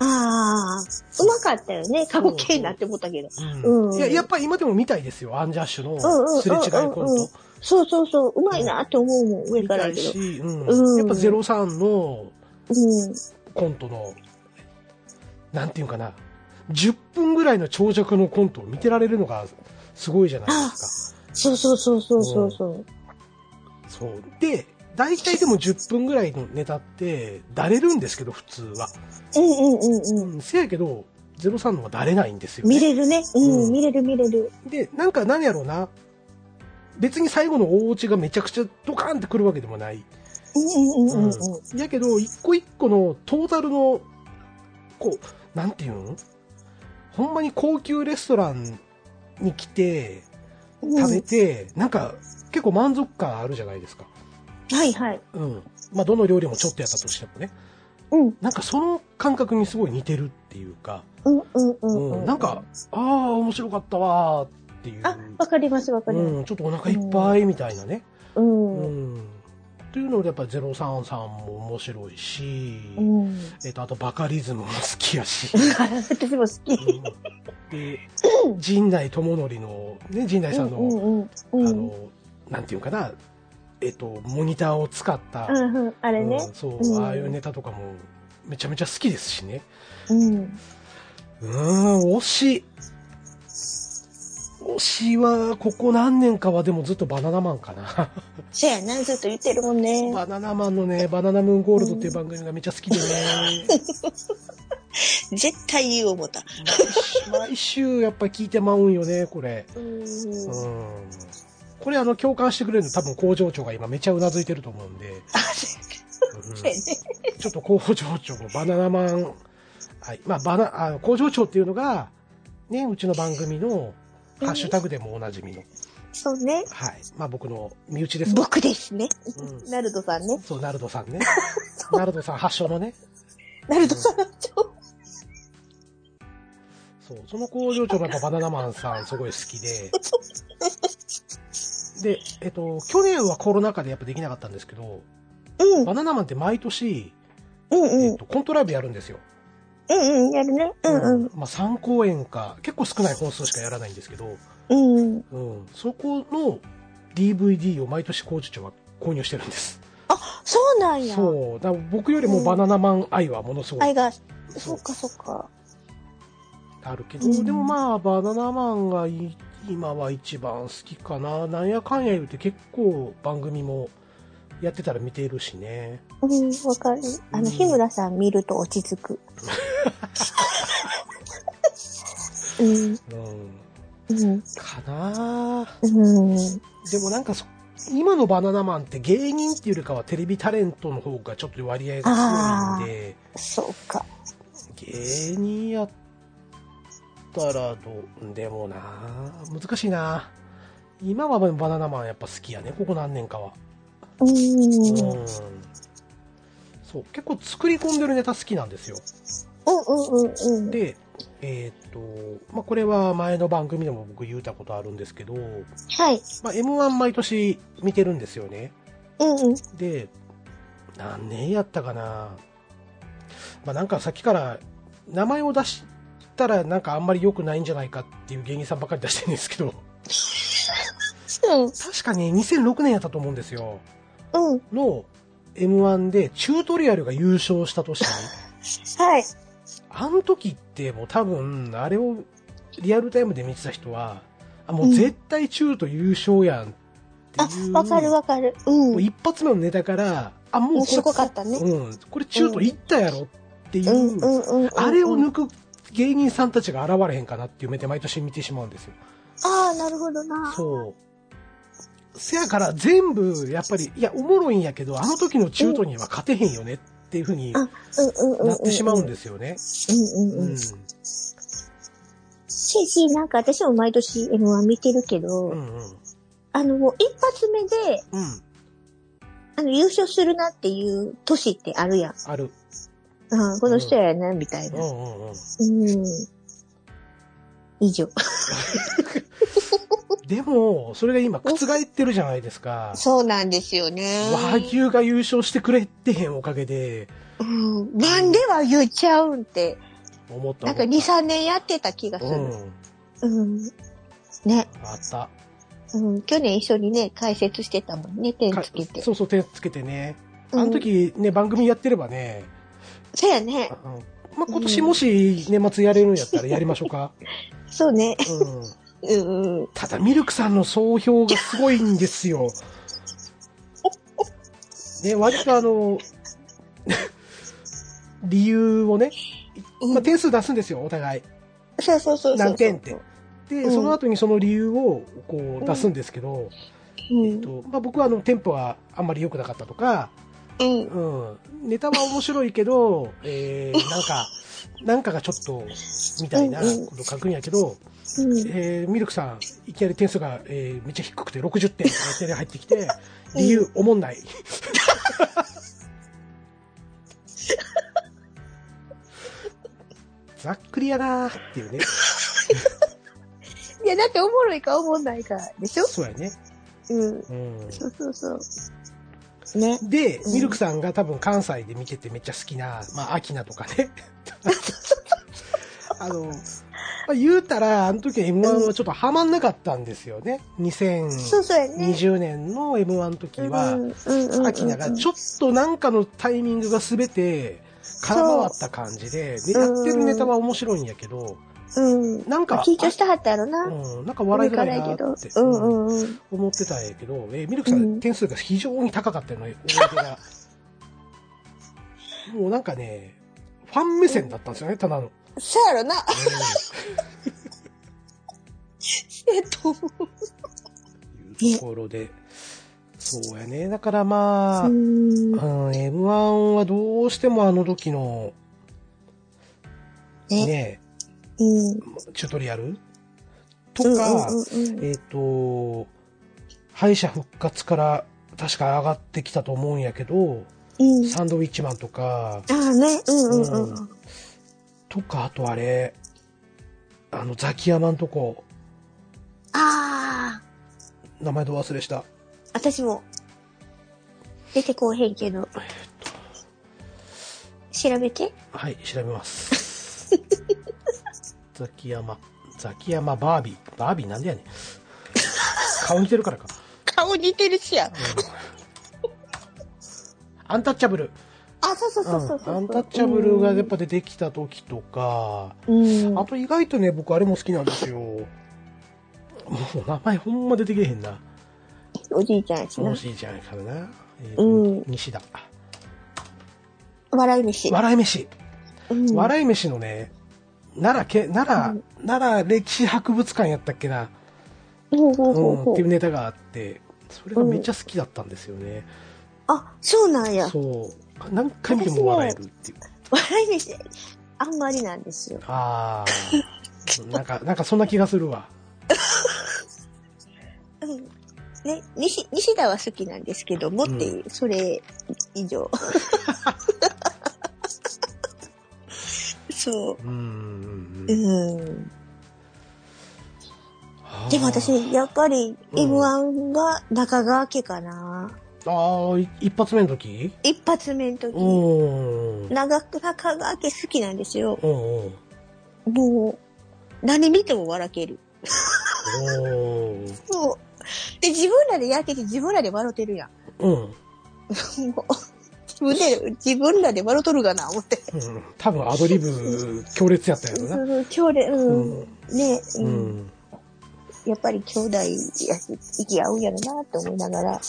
ああ、うまかったよね。過去形になって思ったけど。ううんんいや、やっぱり今でも見たいですよ、アンジャッシュうんうんうんうんうのんすれ違いコント。そうそうそう、うまいなって思うもん、上見かたらやいけど。し、ううんん、やっぱ03のうん。コントの、なんていうかな、10分ぐらいの長尺のコントを見てられるのがすごいじゃないですそうそうそうそうそうそう。か。そう。で、大体でも10分ぐらいのネタって、だれるんですけど、普通は。うんうんうんうん。うん、せやけど、03の方がだれないんですよ、見れね。るね。うん、うん見れる見れる。で、なんか何やろうな、別に最後の大落ちがめちゃくちゃドカーンってくるわけでもない。うんうんうんうん。うん、やけど、一個一個のトータルの、こう、なんていうんほんまに高級レストランに来て、食べて、なんか、結構満足感あるじゃないですか。はいはい。うん。まあ、どの料理もちょっとやったとしてもね。うん、なんかその感覚にすごい似てるっていうか、うん、うん、う、うんん。なんか、、ああ、面白かったわーっていう。あ、わかりますわかります。うん、ちょっとお腹いっぱいみたいなね。う。うんん。っていうので、やっぱり033も面白いし、うん。えっと、あとバカリズムも好きやし。私も好き。で、陣内智則の、ね、陣内さんの、うんうんうんあうんの、なんていうかな、えっと、モニターを使った、うんうん、あれねうん。そう、うんああいうネタとかも、めちゃめちゃ好きですしね。うん。うーん、推し。推しは、ここ何年かはでもずっとバナナマンかな。せやな、ずっと言ってるもんね。バナナマンのね、バナナムーンゴールドっていう番組がめっちゃ好きでね、絶対言おう思った。毎週やっぱ聞いてまうんよね、これ。うん。うん。これあの、共感してくれるの多分工場長が今めちゃうなずいてると思うんで、うんせやね。ちょっと工場長もバナナマン、はい、まあバナ、あ工場長っていうのが、ね、うちの番組のハッシュタグでもおなじみの、そうね。はい。まあ僕の身内ですわ僕ですね。うんナルドさんね。そう、ナルドさんね。ナルドさん発祥のね。ナルドさん、ちょそう、その工場長もやっぱバナナマンさんすごい好 きで。で、えっと、去年はコロナ禍でやっぱできなかったんですけど、うん、バナナマンって毎年、うんうえんっ、と、コントライブやるんですよ。うんうん、やるね。うんうん、まあ3公演か、結構少ない本数しかやらないんですけど、うんうん。うん、そこの DVD を毎年工場長は購入してるんです。そうなんや。そう、だから僕よりもバナナマン愛はものすごい愛が、そっかそっか。あるけど、うんでもまあバナナマンがい今は一番好きかななんやかんや言うて結構番組もやってたら見てるしねうん、わかる。あの、うん日村さん見ると落ち着く。うん、うんうん、かなあうん。でもなんかそ今のバナナマンって芸人っていうよりかはテレビタレントの方がちょっと割合が強いんでそうか。芸人やったらどうでもなあ難しいな今はバナナマンやっぱ好きやねここ何年かはうん。うんそう結構作り込んでるネタ好きなんですようんうんうんうん。でえーっと、まあ、これは前の番組でも僕言うたことあるんですけど、はい。まあ、m 1毎年見てるんですよねうんうん。で何年やったかな、まあ、なんかさっきから名前を出したらなんかあんまり良くないんじゃないかっていう芸人さんばっかり出してるんですけど確かに2006年やったと思うんですようん。うん。の m 1でチュートリアルが優勝した年にはい。あの時ってもう多分、あれをリアルタイムで見てた人は、あもう絶対中途優勝やんってあいう。、わかるわかる。うん。もう一発目のネタから、あ、ももううこれす、ごかったね。うん、これ中途いったやろっていう、うんうんうんうん。あれを抜く芸人さんたちが現れへんかなっていう目で毎年見てしまうんですよ。ああ、なるほどな。そう。せやから全部、やっぱり、いや、おもろいんやけど、あの時の中途には勝てへんよねっていうふうにあうんうんうん。。なってしまうんですすよね。うんうんううんん。。し、し、なんか私も毎年 M1 見てるけど、うんうん。あの、もう一発目で、うん。あの、優勝するなっていう年ってあるやん。ある。うん、この人やな、みたいうな。んうんうん。うん。以上。でも、それが今、覆ってるじゃないですか。そうなんですよね和牛が優勝してくれってへんおかげで、うん。なんでは言っちゃうんって、思った。なんか2、思っ3年やってた気がたすうる。ん。うん。ね。あった。うん、去年一緒にね、解説してたもんね、点つけて。そうそう、手つけてね。あうんの時、ね、番組やってればね、そうやねあ。のまあ、今年もし年末やれるんやったらやりましょ うか。そうね。うん。うんうん。ただ、ミルクさんの総評がすごいんですよ。ね、割とあの、 理由をね、まあ、点数出すんですよ、お互い。そうそうそうそう。何点って。で、うんその後にその理由をうこうん出すんですけど、うん。えっとまあ、僕はあのテンポがあんまり良くなかったとか、うん。うん、ネタは面白いけど、えー、なんか、 なんかがちょっと、みたいなこと書くんやけど、うん。えーミルクさん、いきなり点数が、えーめっちゃ低くて60点、いきなり入って きて、理由、おもんない。ざっくりやなーっていうね。いや、だっておもろいかおもんないかでしょそうやね。うん。うん。そうそうそう。ね。で、うんミルクさんが多分関西で見ててめっちゃ好きな、まあ、アキナとかね。 あの、まあ、言うたら、あの時は M1 はちょっとハマんなかったんですよね。そう2020そうやね。年の M1 の時は、はアキナがちょっとなんかのタイミングが全て空回った感じで、でやってるネタは面白いんやけど、うん。なんか、緊張してはったやろな。うん、なんか笑いづらいな上からやってけど。うんうんうん。思ってたんやけど、えーミルクさうんん点数が非常に高かったのよ、思い 出が。もうなんかね、ファン目線だったんですよね、ただの。うんそうやろな。えっと。いうところで。そうやね。だからまあ、ううん、ん。ね。 M1 はどうしてもあの時の、ね、うん。チュートリアルとか、うんうんうんえっ、と、敗者復活から確か上がってきたと思うんやけど、うん。サンドウィッチマンとか、ああね。うんうんううんん。とか、あとあれ、あの、ザキヤマんとこ、ああ。名前ど忘れした。私も。出てこうへんけど。調べて。はい、調べます。 ザキヤマ、ザキヤマバービー。バービーなんでやねん。顔似てるからか。顔似てるしや。アンタッチャブル。あ、そうそううそうそうそんう。アンタッチャブルがやっぱ出てきた時とか、うん。あと意外とね、僕あれも好きなんですよ。もう名前ほんま出てけへんな。おじいちゃんやしなも。しいじゃないからな。えーうん西田。笑い飯。笑い飯。うん笑い飯のね、奈良け、奈良、奈良歴史博物館やったっけな、ほうほう、うほうんほっていうう。ネタがあって、それがめっちゃ好きだったんですよね。あ、そうなんや。そう。何回見ても笑えるっていう。笑い飯、あんまりなんですよ。ああ。なんか、なんかそんな気がするわ。うん。ね、西、西田は好きなんですけどもっていう、それ以 上。そうーんう。う。ん。はあでも私、やっぱりうん M1 が中川家かな。ああ、い一発目の時一発目の時。うーん。長く中川家好きなんですよ。うんうん。もう、何見ても笑ける。おーもう、で、自分らでやってて自分らで笑ってるやん。うん。もう、自分で、自分らで笑うとるがな、思って。うん。多分アドリブ強烈やったやろな。うん今日で、ううんん。ね、ううんん。やっぱり兄弟やし、息合うんやろな、と思いながら。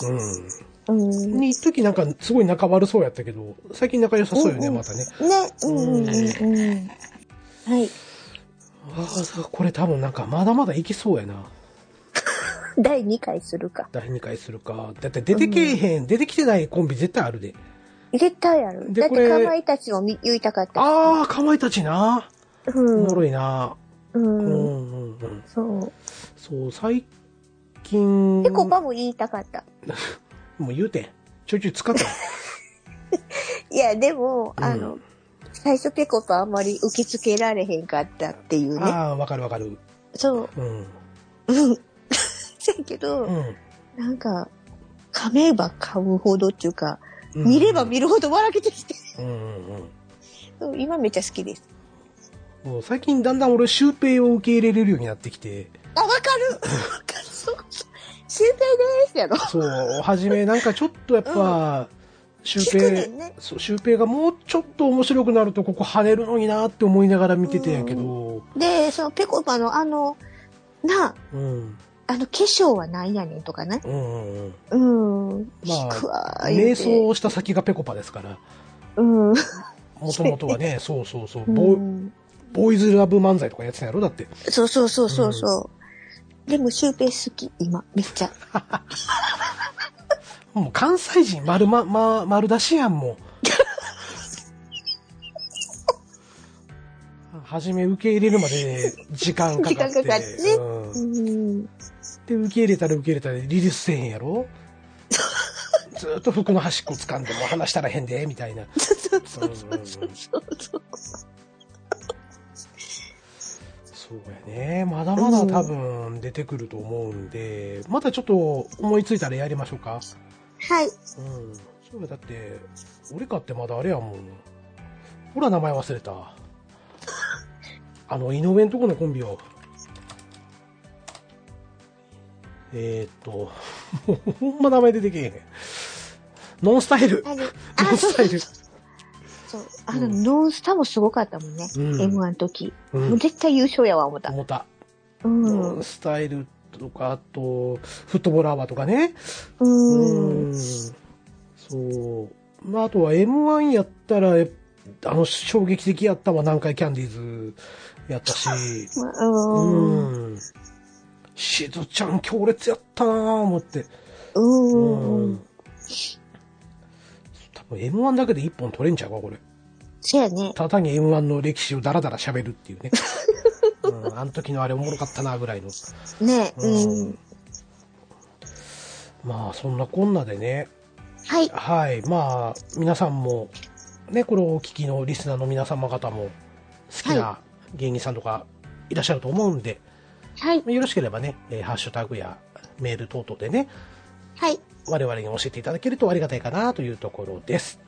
うん。うん。ね、に一時なんかすごい仲悪そうやったけど、最近仲良さそうよね、うんうんまたね。うんうんうんうん。はい。ああ、これ多分なんかまだまだいきそうやな。第2回するか。第2回するか。だって出てけえへん、出てきてないコンビ絶対あるで。絶対やる。でだっこれて、かまいたちを見言いたかった。ああ、かまいたちな。おうんも。ろいな。うん、ううん。ん、うん。そう。そう、最近、ぺこぱも言いたかった。もう言うてん。ちょいちょい使った。いや、でも、あうの、最初ぺこぱあんまり受け付けられへんかったっていうね。ああ、わかるわかる。そう。うん。うん。せやけど、うん。なんか、噛めば噛むほどっていうか、うん見れば見るほど笑けてきて、うんうんうん。うん今めっちゃ好きです。もう最近だんだん俺、シュウペイを受け入れれるようになってきて。あ、わかるわかるそうシュウペイですやろそう、はじめ、なんかちょっとやっぱ、シュウ聞くペねイ、んね。そう、シュウペイがもうちょっと面白くなると、ここ跳ねるのになって思いながら見ててんやけど、で、そのペコパのあの、なあ、うん、あの化粧はなんやねんとかね。うん、うんうん。うん。まあ聞くわ瞑。言想うてをした先がペコパですから、うん。もともとはね、そうそうそう、ボうーんボーイズラブ漫才とかやってたやろだって。そうそうそうそうそう。でもシュウペイ好き、今、めっちゃ。もう関西人 丸ま、ま、丸出しやん、もう。初め受け入れるまで時間かかって。時間かかってねうんうん。で、受け入れたら受け入れたらリリースせえへんや ろずーっと服の端っこ掴んでもう話したらへんで、みたいな。そうそうそうそうそうそう。そうやね。まだまだ多分出てくると思うんで、またちょっと思いついたらやりましょうか。はい。うん。そうや、だって、俺かってまだあれやもん。ほら、名前忘れた。あの、井上んとこのコンビを。えー、っと、 もうほんま名前出てけえへん。ノンスタイル。 あれ、ノあ、ンそうスタそうそイルう。。そうあの、うんノンスタもすごかったもんね。うん M1 の時。う。もうん絶対優勝やわ、思った。思った。うん。ノうンスタイルとか、あと、フットボールアワーとかね。ん。そう。まあ、あとは M1 やったら、えあの、衝撃的やったわ、南海キャンディーズやったし、うん。うん。しずちゃん強烈やったなぁ、思って。うん。うん。多分 M1 だけで一本取れんちゃうか、これ。そやね。ただ単に M1 の歴史をダラダラ喋るっていう ね。うん、あの時のあれおもろかったな、ぐらいの。ね。うんうん。まあ、そんなこんなでね、はい。はい、まあ、皆さんも、ね、これをお聞きのリスナーの皆様方も、好きなは芸人さんとかいらっしゃると思うんで、はい。よろしければね、えーハッシュタグやメール等々でね、はい。我々に教えていただけるとありがたいかなというところです。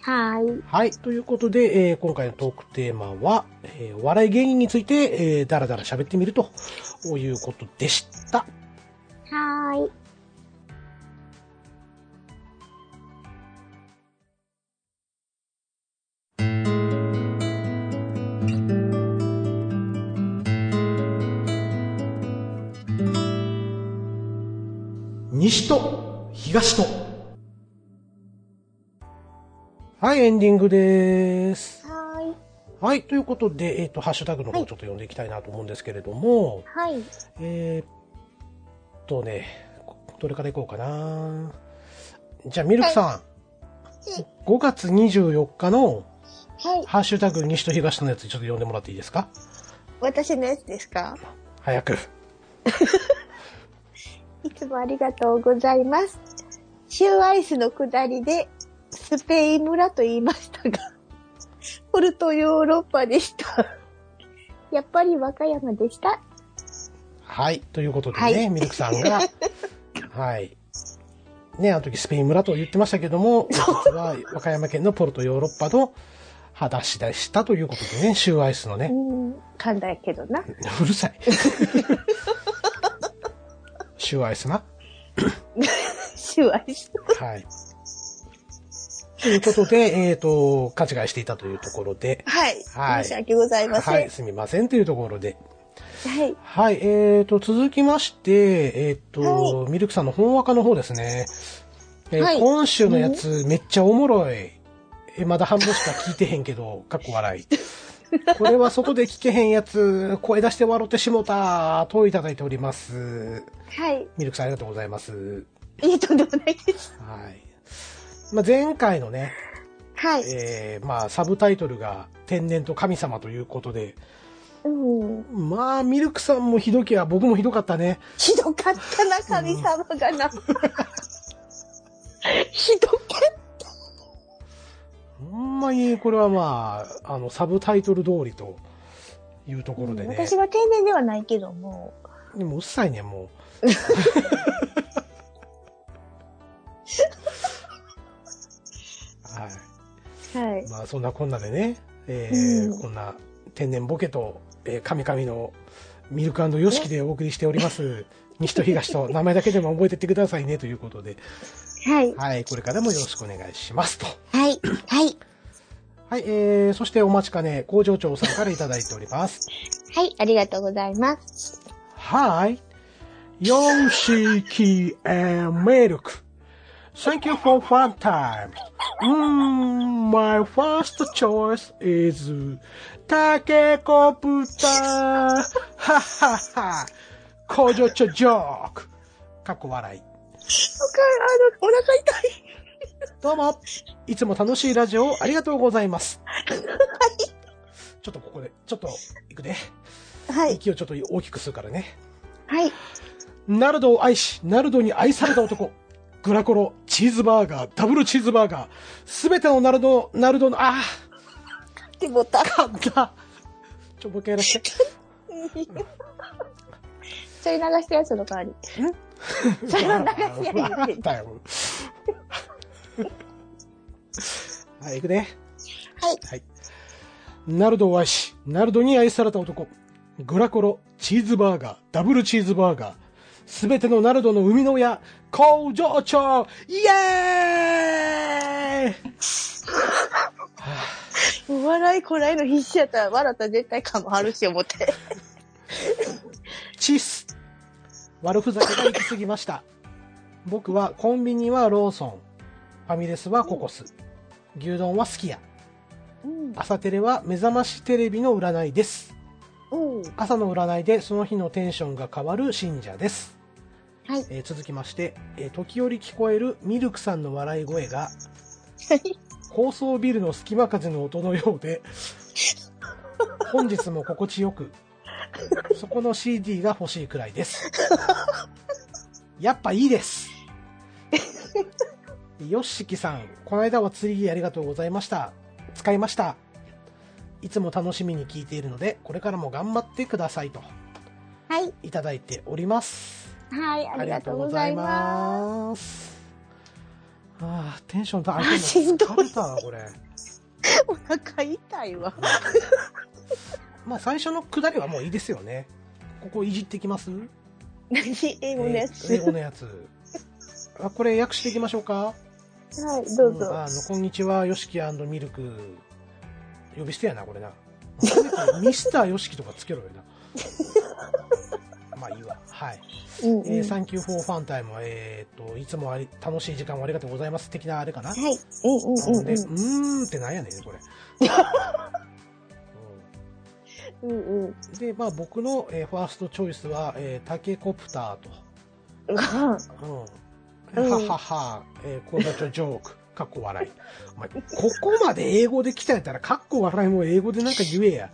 はい。はい、ということで、えー今回のトークテーマは、えーお笑い芸人について、えー、だらだら喋ってみるということでした。はーい。西と東と。はい、エンディングです。ははい、ということで、えっ、と、ハッシュタグの方ちょっと読んでいきたいなと思うんですけれども、ーい。はい。えーっとね、どれからいこうかな。じゃあ、ミルクさいん、5月24日のはい。ハッシュタグ西と東とのやつちょっと読んでもらっていいですか私のやつですか早く。いつもありがとうございます。シューアイスの下りで、スペイン村と言いましたが、 ポルトヨーロッパでした。 やっぱり和歌山でした。はい、ということでね、はいミルクさん が、はい。ね、あの時スペイン村と言ってましたけども、実は和歌山県のポルトヨーロッパの裸足でしたということでね、シューアイスのね、うん、噛んだけどな。 うるさい。シューアイスな。シューアイス。 はい。ということで、えっ、と、勘違いしていたというところで、はい。はい申し訳ございません。はい、すみませんというところで、はい。はい、えっ、と、続きまして、えっ、と、ミルクさんの本若の方ですね。えーはい今週のやつ、めっちゃおもろい。えーまだ半分しか聞いてへんけど、 かっこ笑い。これは外で聞けへんやつ、声出して笑ってしもた、といただいております。はい。ミルクさんありがとうございます。いいとんでもないです。はい。まあ、前回のね、はい。えーまあ、サブタイトルが天然と神様ということで、うん。まあ、ミルクさんもひどきゃ僕もひどかったね。ひどかったな、神様が な。ひどかっほんまに、これはまあ、あの、サブタイトル通りというところた。でね。私は丁寧ではないけども。でも、うっさいね、もう。はい。はい。まあそんなこんなでね、えーうんこんな天然ボケと、えー、神々のミルクヨシキでお送りしており ます。西と東と名前だけでも覚えてってくださいねということで、はい。はい、これからもよろしくお願いしますと。はい。はい。はい、えー、そしてお待ちかね、工場長さんからいただいております。はい。ありがとうございます。 Hi, Yoshiki and Milk. Thank you for fun time. Mm, my first choice is Takeko Buta. Ha ha ha. Kojocho joke. かっこ笑い。あの、お腹痛い。どうも、いつも楽しいラジオをありがとうございます。ちょっとここで、ちょっと、行くで。はい。息をちょっと大きくするからね。はい。ナルドを愛し、ナルドに愛された男。グラコロ、チーズバーガー、ダブルチーズバーガー。すべてのナルド、ナルドの、あでもたあ、、噛んだ。ちょ、もう一回やらせて。ちょい流したやつの代わり。 それを流しやがってわかったよ。 はい、行くね。はい。はい。ナルドを愛し、ナルドに愛された男。グラコロ、チーズバーガー、ダブルチーズバーガー。すべてのナルドの生みの親、工場長イエーイお笑いこらえの必死やったら、笑ったら絶対感もあるし、思って。チス悪ふざけが行き過ぎました。僕はコンビニはローソン、ファミレスはココス、牛丼はすき家、うん。朝テレは目覚ましテレビの占いです。うん。朝の占いでその日のテンションが変わる信者です。はい。えー続きまして、えー時折聞こえるミルクさんの笑い声が、高層ビルの隙間風の音のようで、本日も心地よく、そこの CD が欲しいくらいです。やっぱいいです。よっしきさん、この間は釣りありがとうございました。使いました。いつも楽しみに聞いているので、これからも頑張ってくださいと、はい。いただいております。。はい。ありがとうございますああ、テンションと上あしんどい疲れたわ、これ。す。お腹痛いわ。 まあ、最初の下りはもういいですよね。ここいじってきます何英語のやつ。えー英語のやつ。あ、これ訳していきましょうはかい、どうんぞ。あの、こんにちは、ヨシキミルク。呼び捨てやな、これな。 せめてミスターヨシキとかつけろよな。まあいいわ。はい。うんうえー、ん。は。サンキューフォーファンタイム、えーっと、いつもあり楽しい時間をありがとうございます。的なあれかないうんうんうんで、ううーんってなんやねん、 これ。うんん。うんうん。で、まあ僕の、えーファーストチョイスは、えータケコプターと、はううん。んははは、えー、コーダチョジョーク、 かっこ笑い。お前、ここまで英語で来たんやったら、かっこ笑いも英語でなんか言えや。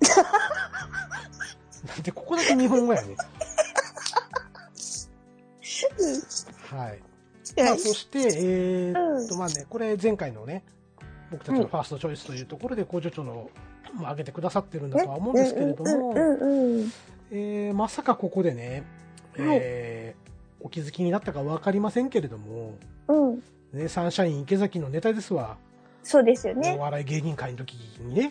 なんでここだけ日本語やねん。はい。まあ、そして、えーっと、まあね、これ前回のね、僕たちのファーストチョイスというところで工場長の、まあ、上げてくださってるんだとは思うんですけれどうも、んうんうん。えーまさかここでね、えーお気づきになったかわかりませんけれども、うんうん。ね、サンシャイン池崎のネタですわ。そうですよおね。笑い芸人会の時に ね。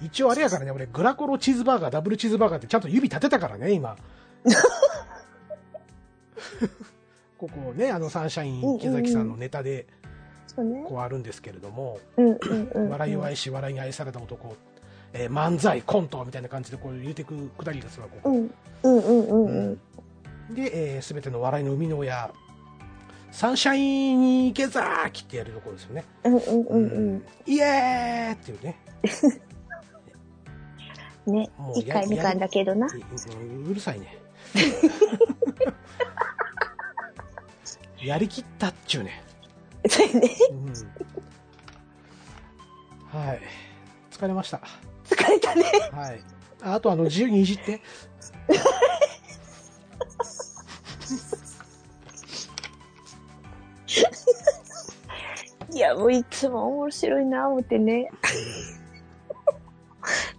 一応あれやからね、俺、グラコロチーズバーガー、ダブルチーズバーガーってちゃんと指立てたからね、 今。ここね、あのサンシャイン池崎さんのネタで、そうね。こうあるんですけれども、うんうんうん。笑いを愛し、笑いに愛された男、えー漫才、コントみたいな感じでこう言うてくくだりですわ、こうこ。んうんうんうんうん。で、す、え、べ、全ての笑いの生みの親、サンシャイン池崎ってやるところですよね。うんうんうんイエーイっていうね。うん。ねも。う一や回みかんだけどな。ううるさいねやりきったっちゅうね、そうやね。うん、はい疲れました疲れたね。はいああとあの自由にいじっていや、もういつも面白いな、思って ね。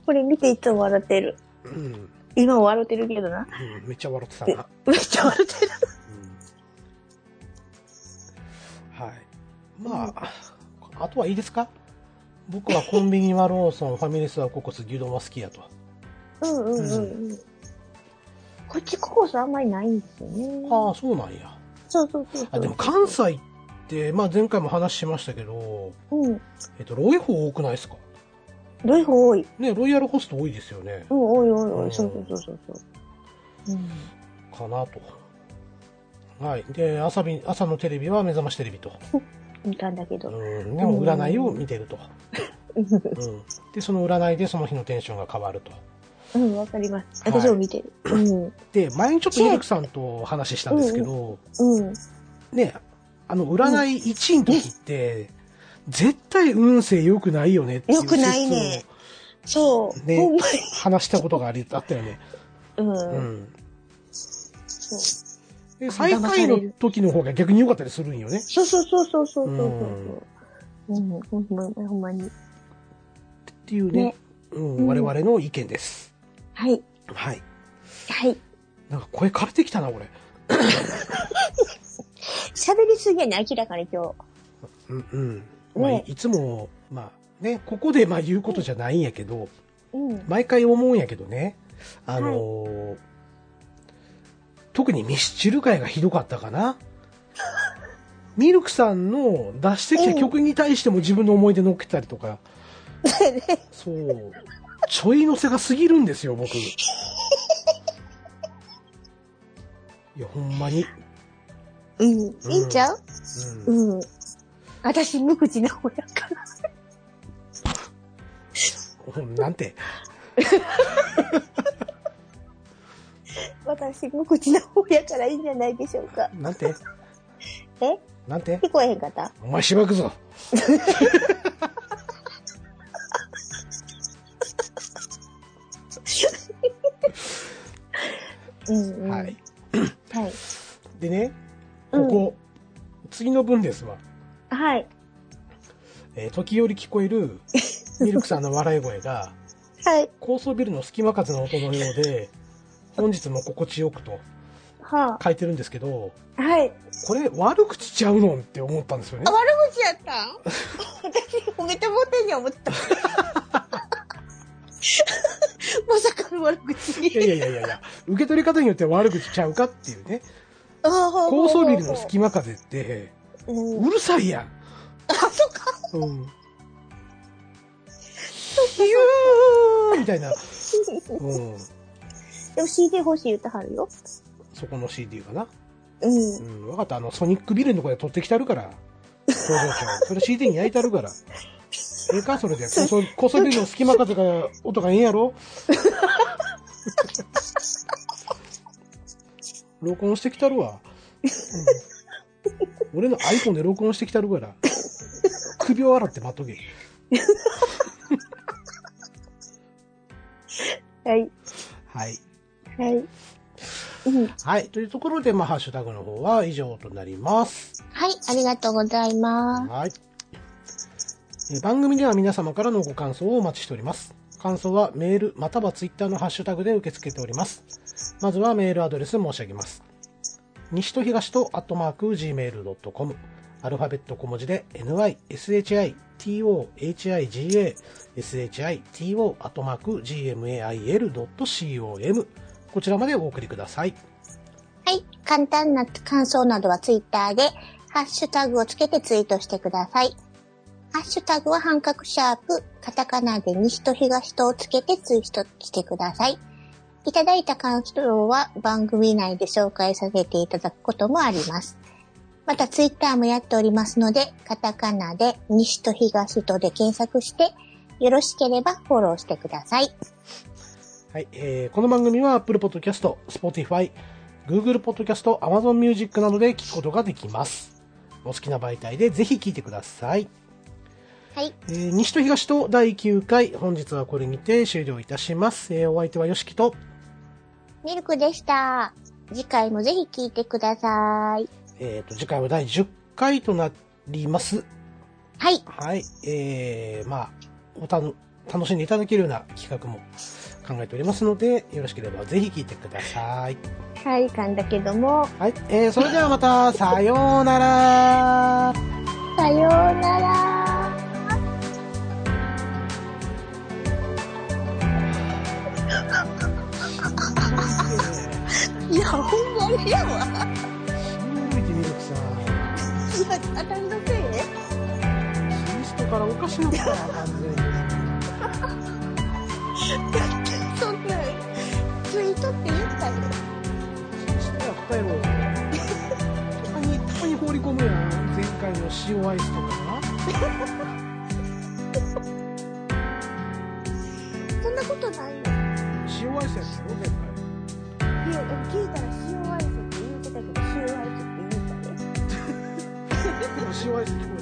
これ見ていつも笑ってる。うん、うん今も笑ってるけどな。めっちゃ笑ってたな、めっちゃ笑ってる。うん、はいまああとはいいですか僕はコンビニはローソンファミレスはココス牛丼は好きやとうんうんうんうん。こっちココスあんまりないんですよね。ああそうなんやそうそうそうそう。あでも関西って、まあ、前回も話しましたけど、うん。えっと、ロイホ多くないですかロイホ多い。ねロイヤルホスト多いですよねうん、多い多い多うんい。そうそうそうそうそう。うん。かなとはいで朝び朝のテレビは目覚ましテレビと、見たんだけうど。ん、でも占いを見てると、うん、でその占いでその日のテンションが変わるとうん、わかります。はい私も見てる。うん。で前にちょっとミルクさんとお話ししたんですけど、うん。ねあの占い1位の時って、絶対運勢良くないよねってい良うくないね。そう。ねほんま説を話したことがありあったよね。に。ううん。ん。そうで最下位の時の方が逆に良かったりするんよね。そうそうそうそうそうそうそう。うん、ほんまに、ほんまに。っていうねねうんうん我々の意見です。はい。はい。はい。なんか声枯れてきたな、俺。喋りすぎやね、明らかに今日。うんうん。まあ、ねいつも、まあね、ここでまあ言うことじゃないんやけど、うん。毎回思うんやけどね、あのー特にミスチル界がひどかったかな。ミルクさんの出してきた曲に対しても自分の思い出乗っけたりとか、そう、ちょい乗せが過ぎるんですよ、僕。いや、ほんまに。うん。いいんちゃううんうん。私、無口な方やから。 うん、なんて、私、無口な方やからいいんじゃないでしょうか。なんて、えなんて、聞こえへんかったお前しばくぞ。うん、うん。は。い。はい。でね、うこんこ、次の分ですわ。はい。えー時折聞こ えるミルクさんの笑い声がはい。高層ビルの隙間風の音のようで本日も心地よくとは書いてるんですけどあ。はい。これ悪口ちゃうのんって思ったんですよねあ、悪口やったん私、褒めてもってんや思 った。まさかの悪口いやいやいやいやいや受け取り方によっては悪口ちゃうかっていうね高高層ビルの隙間風ってうん。うるさいやんあ、そっか。うんヒューみたいな、うん、でも CD 欲しい言ってはるよ。そこの CD かなうんう。ん、分かった。あの、ソニックビルのとこで取ってきたるから。工場長。それ CD に焼いたるから。ええか、それで。こそ、こそビルの隙間風が、音がええんやろ録音してきたるわ。うん俺の iPhone で録音してきたるから。首を洗って待っとけ。はい。はい。はい。うん。はい。はい。というところで、まあ、ハッシュタグの方は以上となります。ありがとうございます。はい。えー番組では皆様からのご感想をお待ちしております。感想はメールまたはツイッターのハッシュタグで受け付けております。まずはメールアドレス申し上げます。西と東とアットマーク gmail.com アルファベット小文字で nyshitohiga shito アットマーク gmail.com こちらまでお送りください。はい。簡単な感想などはツイッターで、ハッシュタグをつけてツイートしてください。ハッシュタグは半角シャープ、カタカナで西と東とをつけてツイートしてください。いただいた感想は番組内で紹介させていただくこともあります。またツイッターもやっておりますので、カタカナで西と東とで検索して、よろしければフォローしてください。はい、えーこの番組は Apple Podcast、Spotify、Google Podcast、Amazon Music などで聞くことができます。お好きな媒体でぜひ聞いてください。はい。えー西と東と第9回、本日はこれにて終了いたします。えーお相手は YOSHIKI と、ミルクでした。次回もぜひ聞いてください。えーと、次回は第10回となります。はい。はい、えー、まあ、おたの楽しんでいただけるような企画も考えておりますので、よろしければぜひ聞いてください。はい、かんだけども、はい、えー、それではまた、さようならさようなら。 いや、ほんまにやわ。 すごいミルクさんいや、当たりのせいキリストからおかしなったわ完全にそんなん、ツイートって言ったよ。キリストやったやろたまにたまに放り込むやん前回の塩アイスとかなそんなことないよ。塩アイスやったよ前回いや、聞いたら塩アイスって言ってたけど、塩アイスって言うたね。でも塩アイス聞こ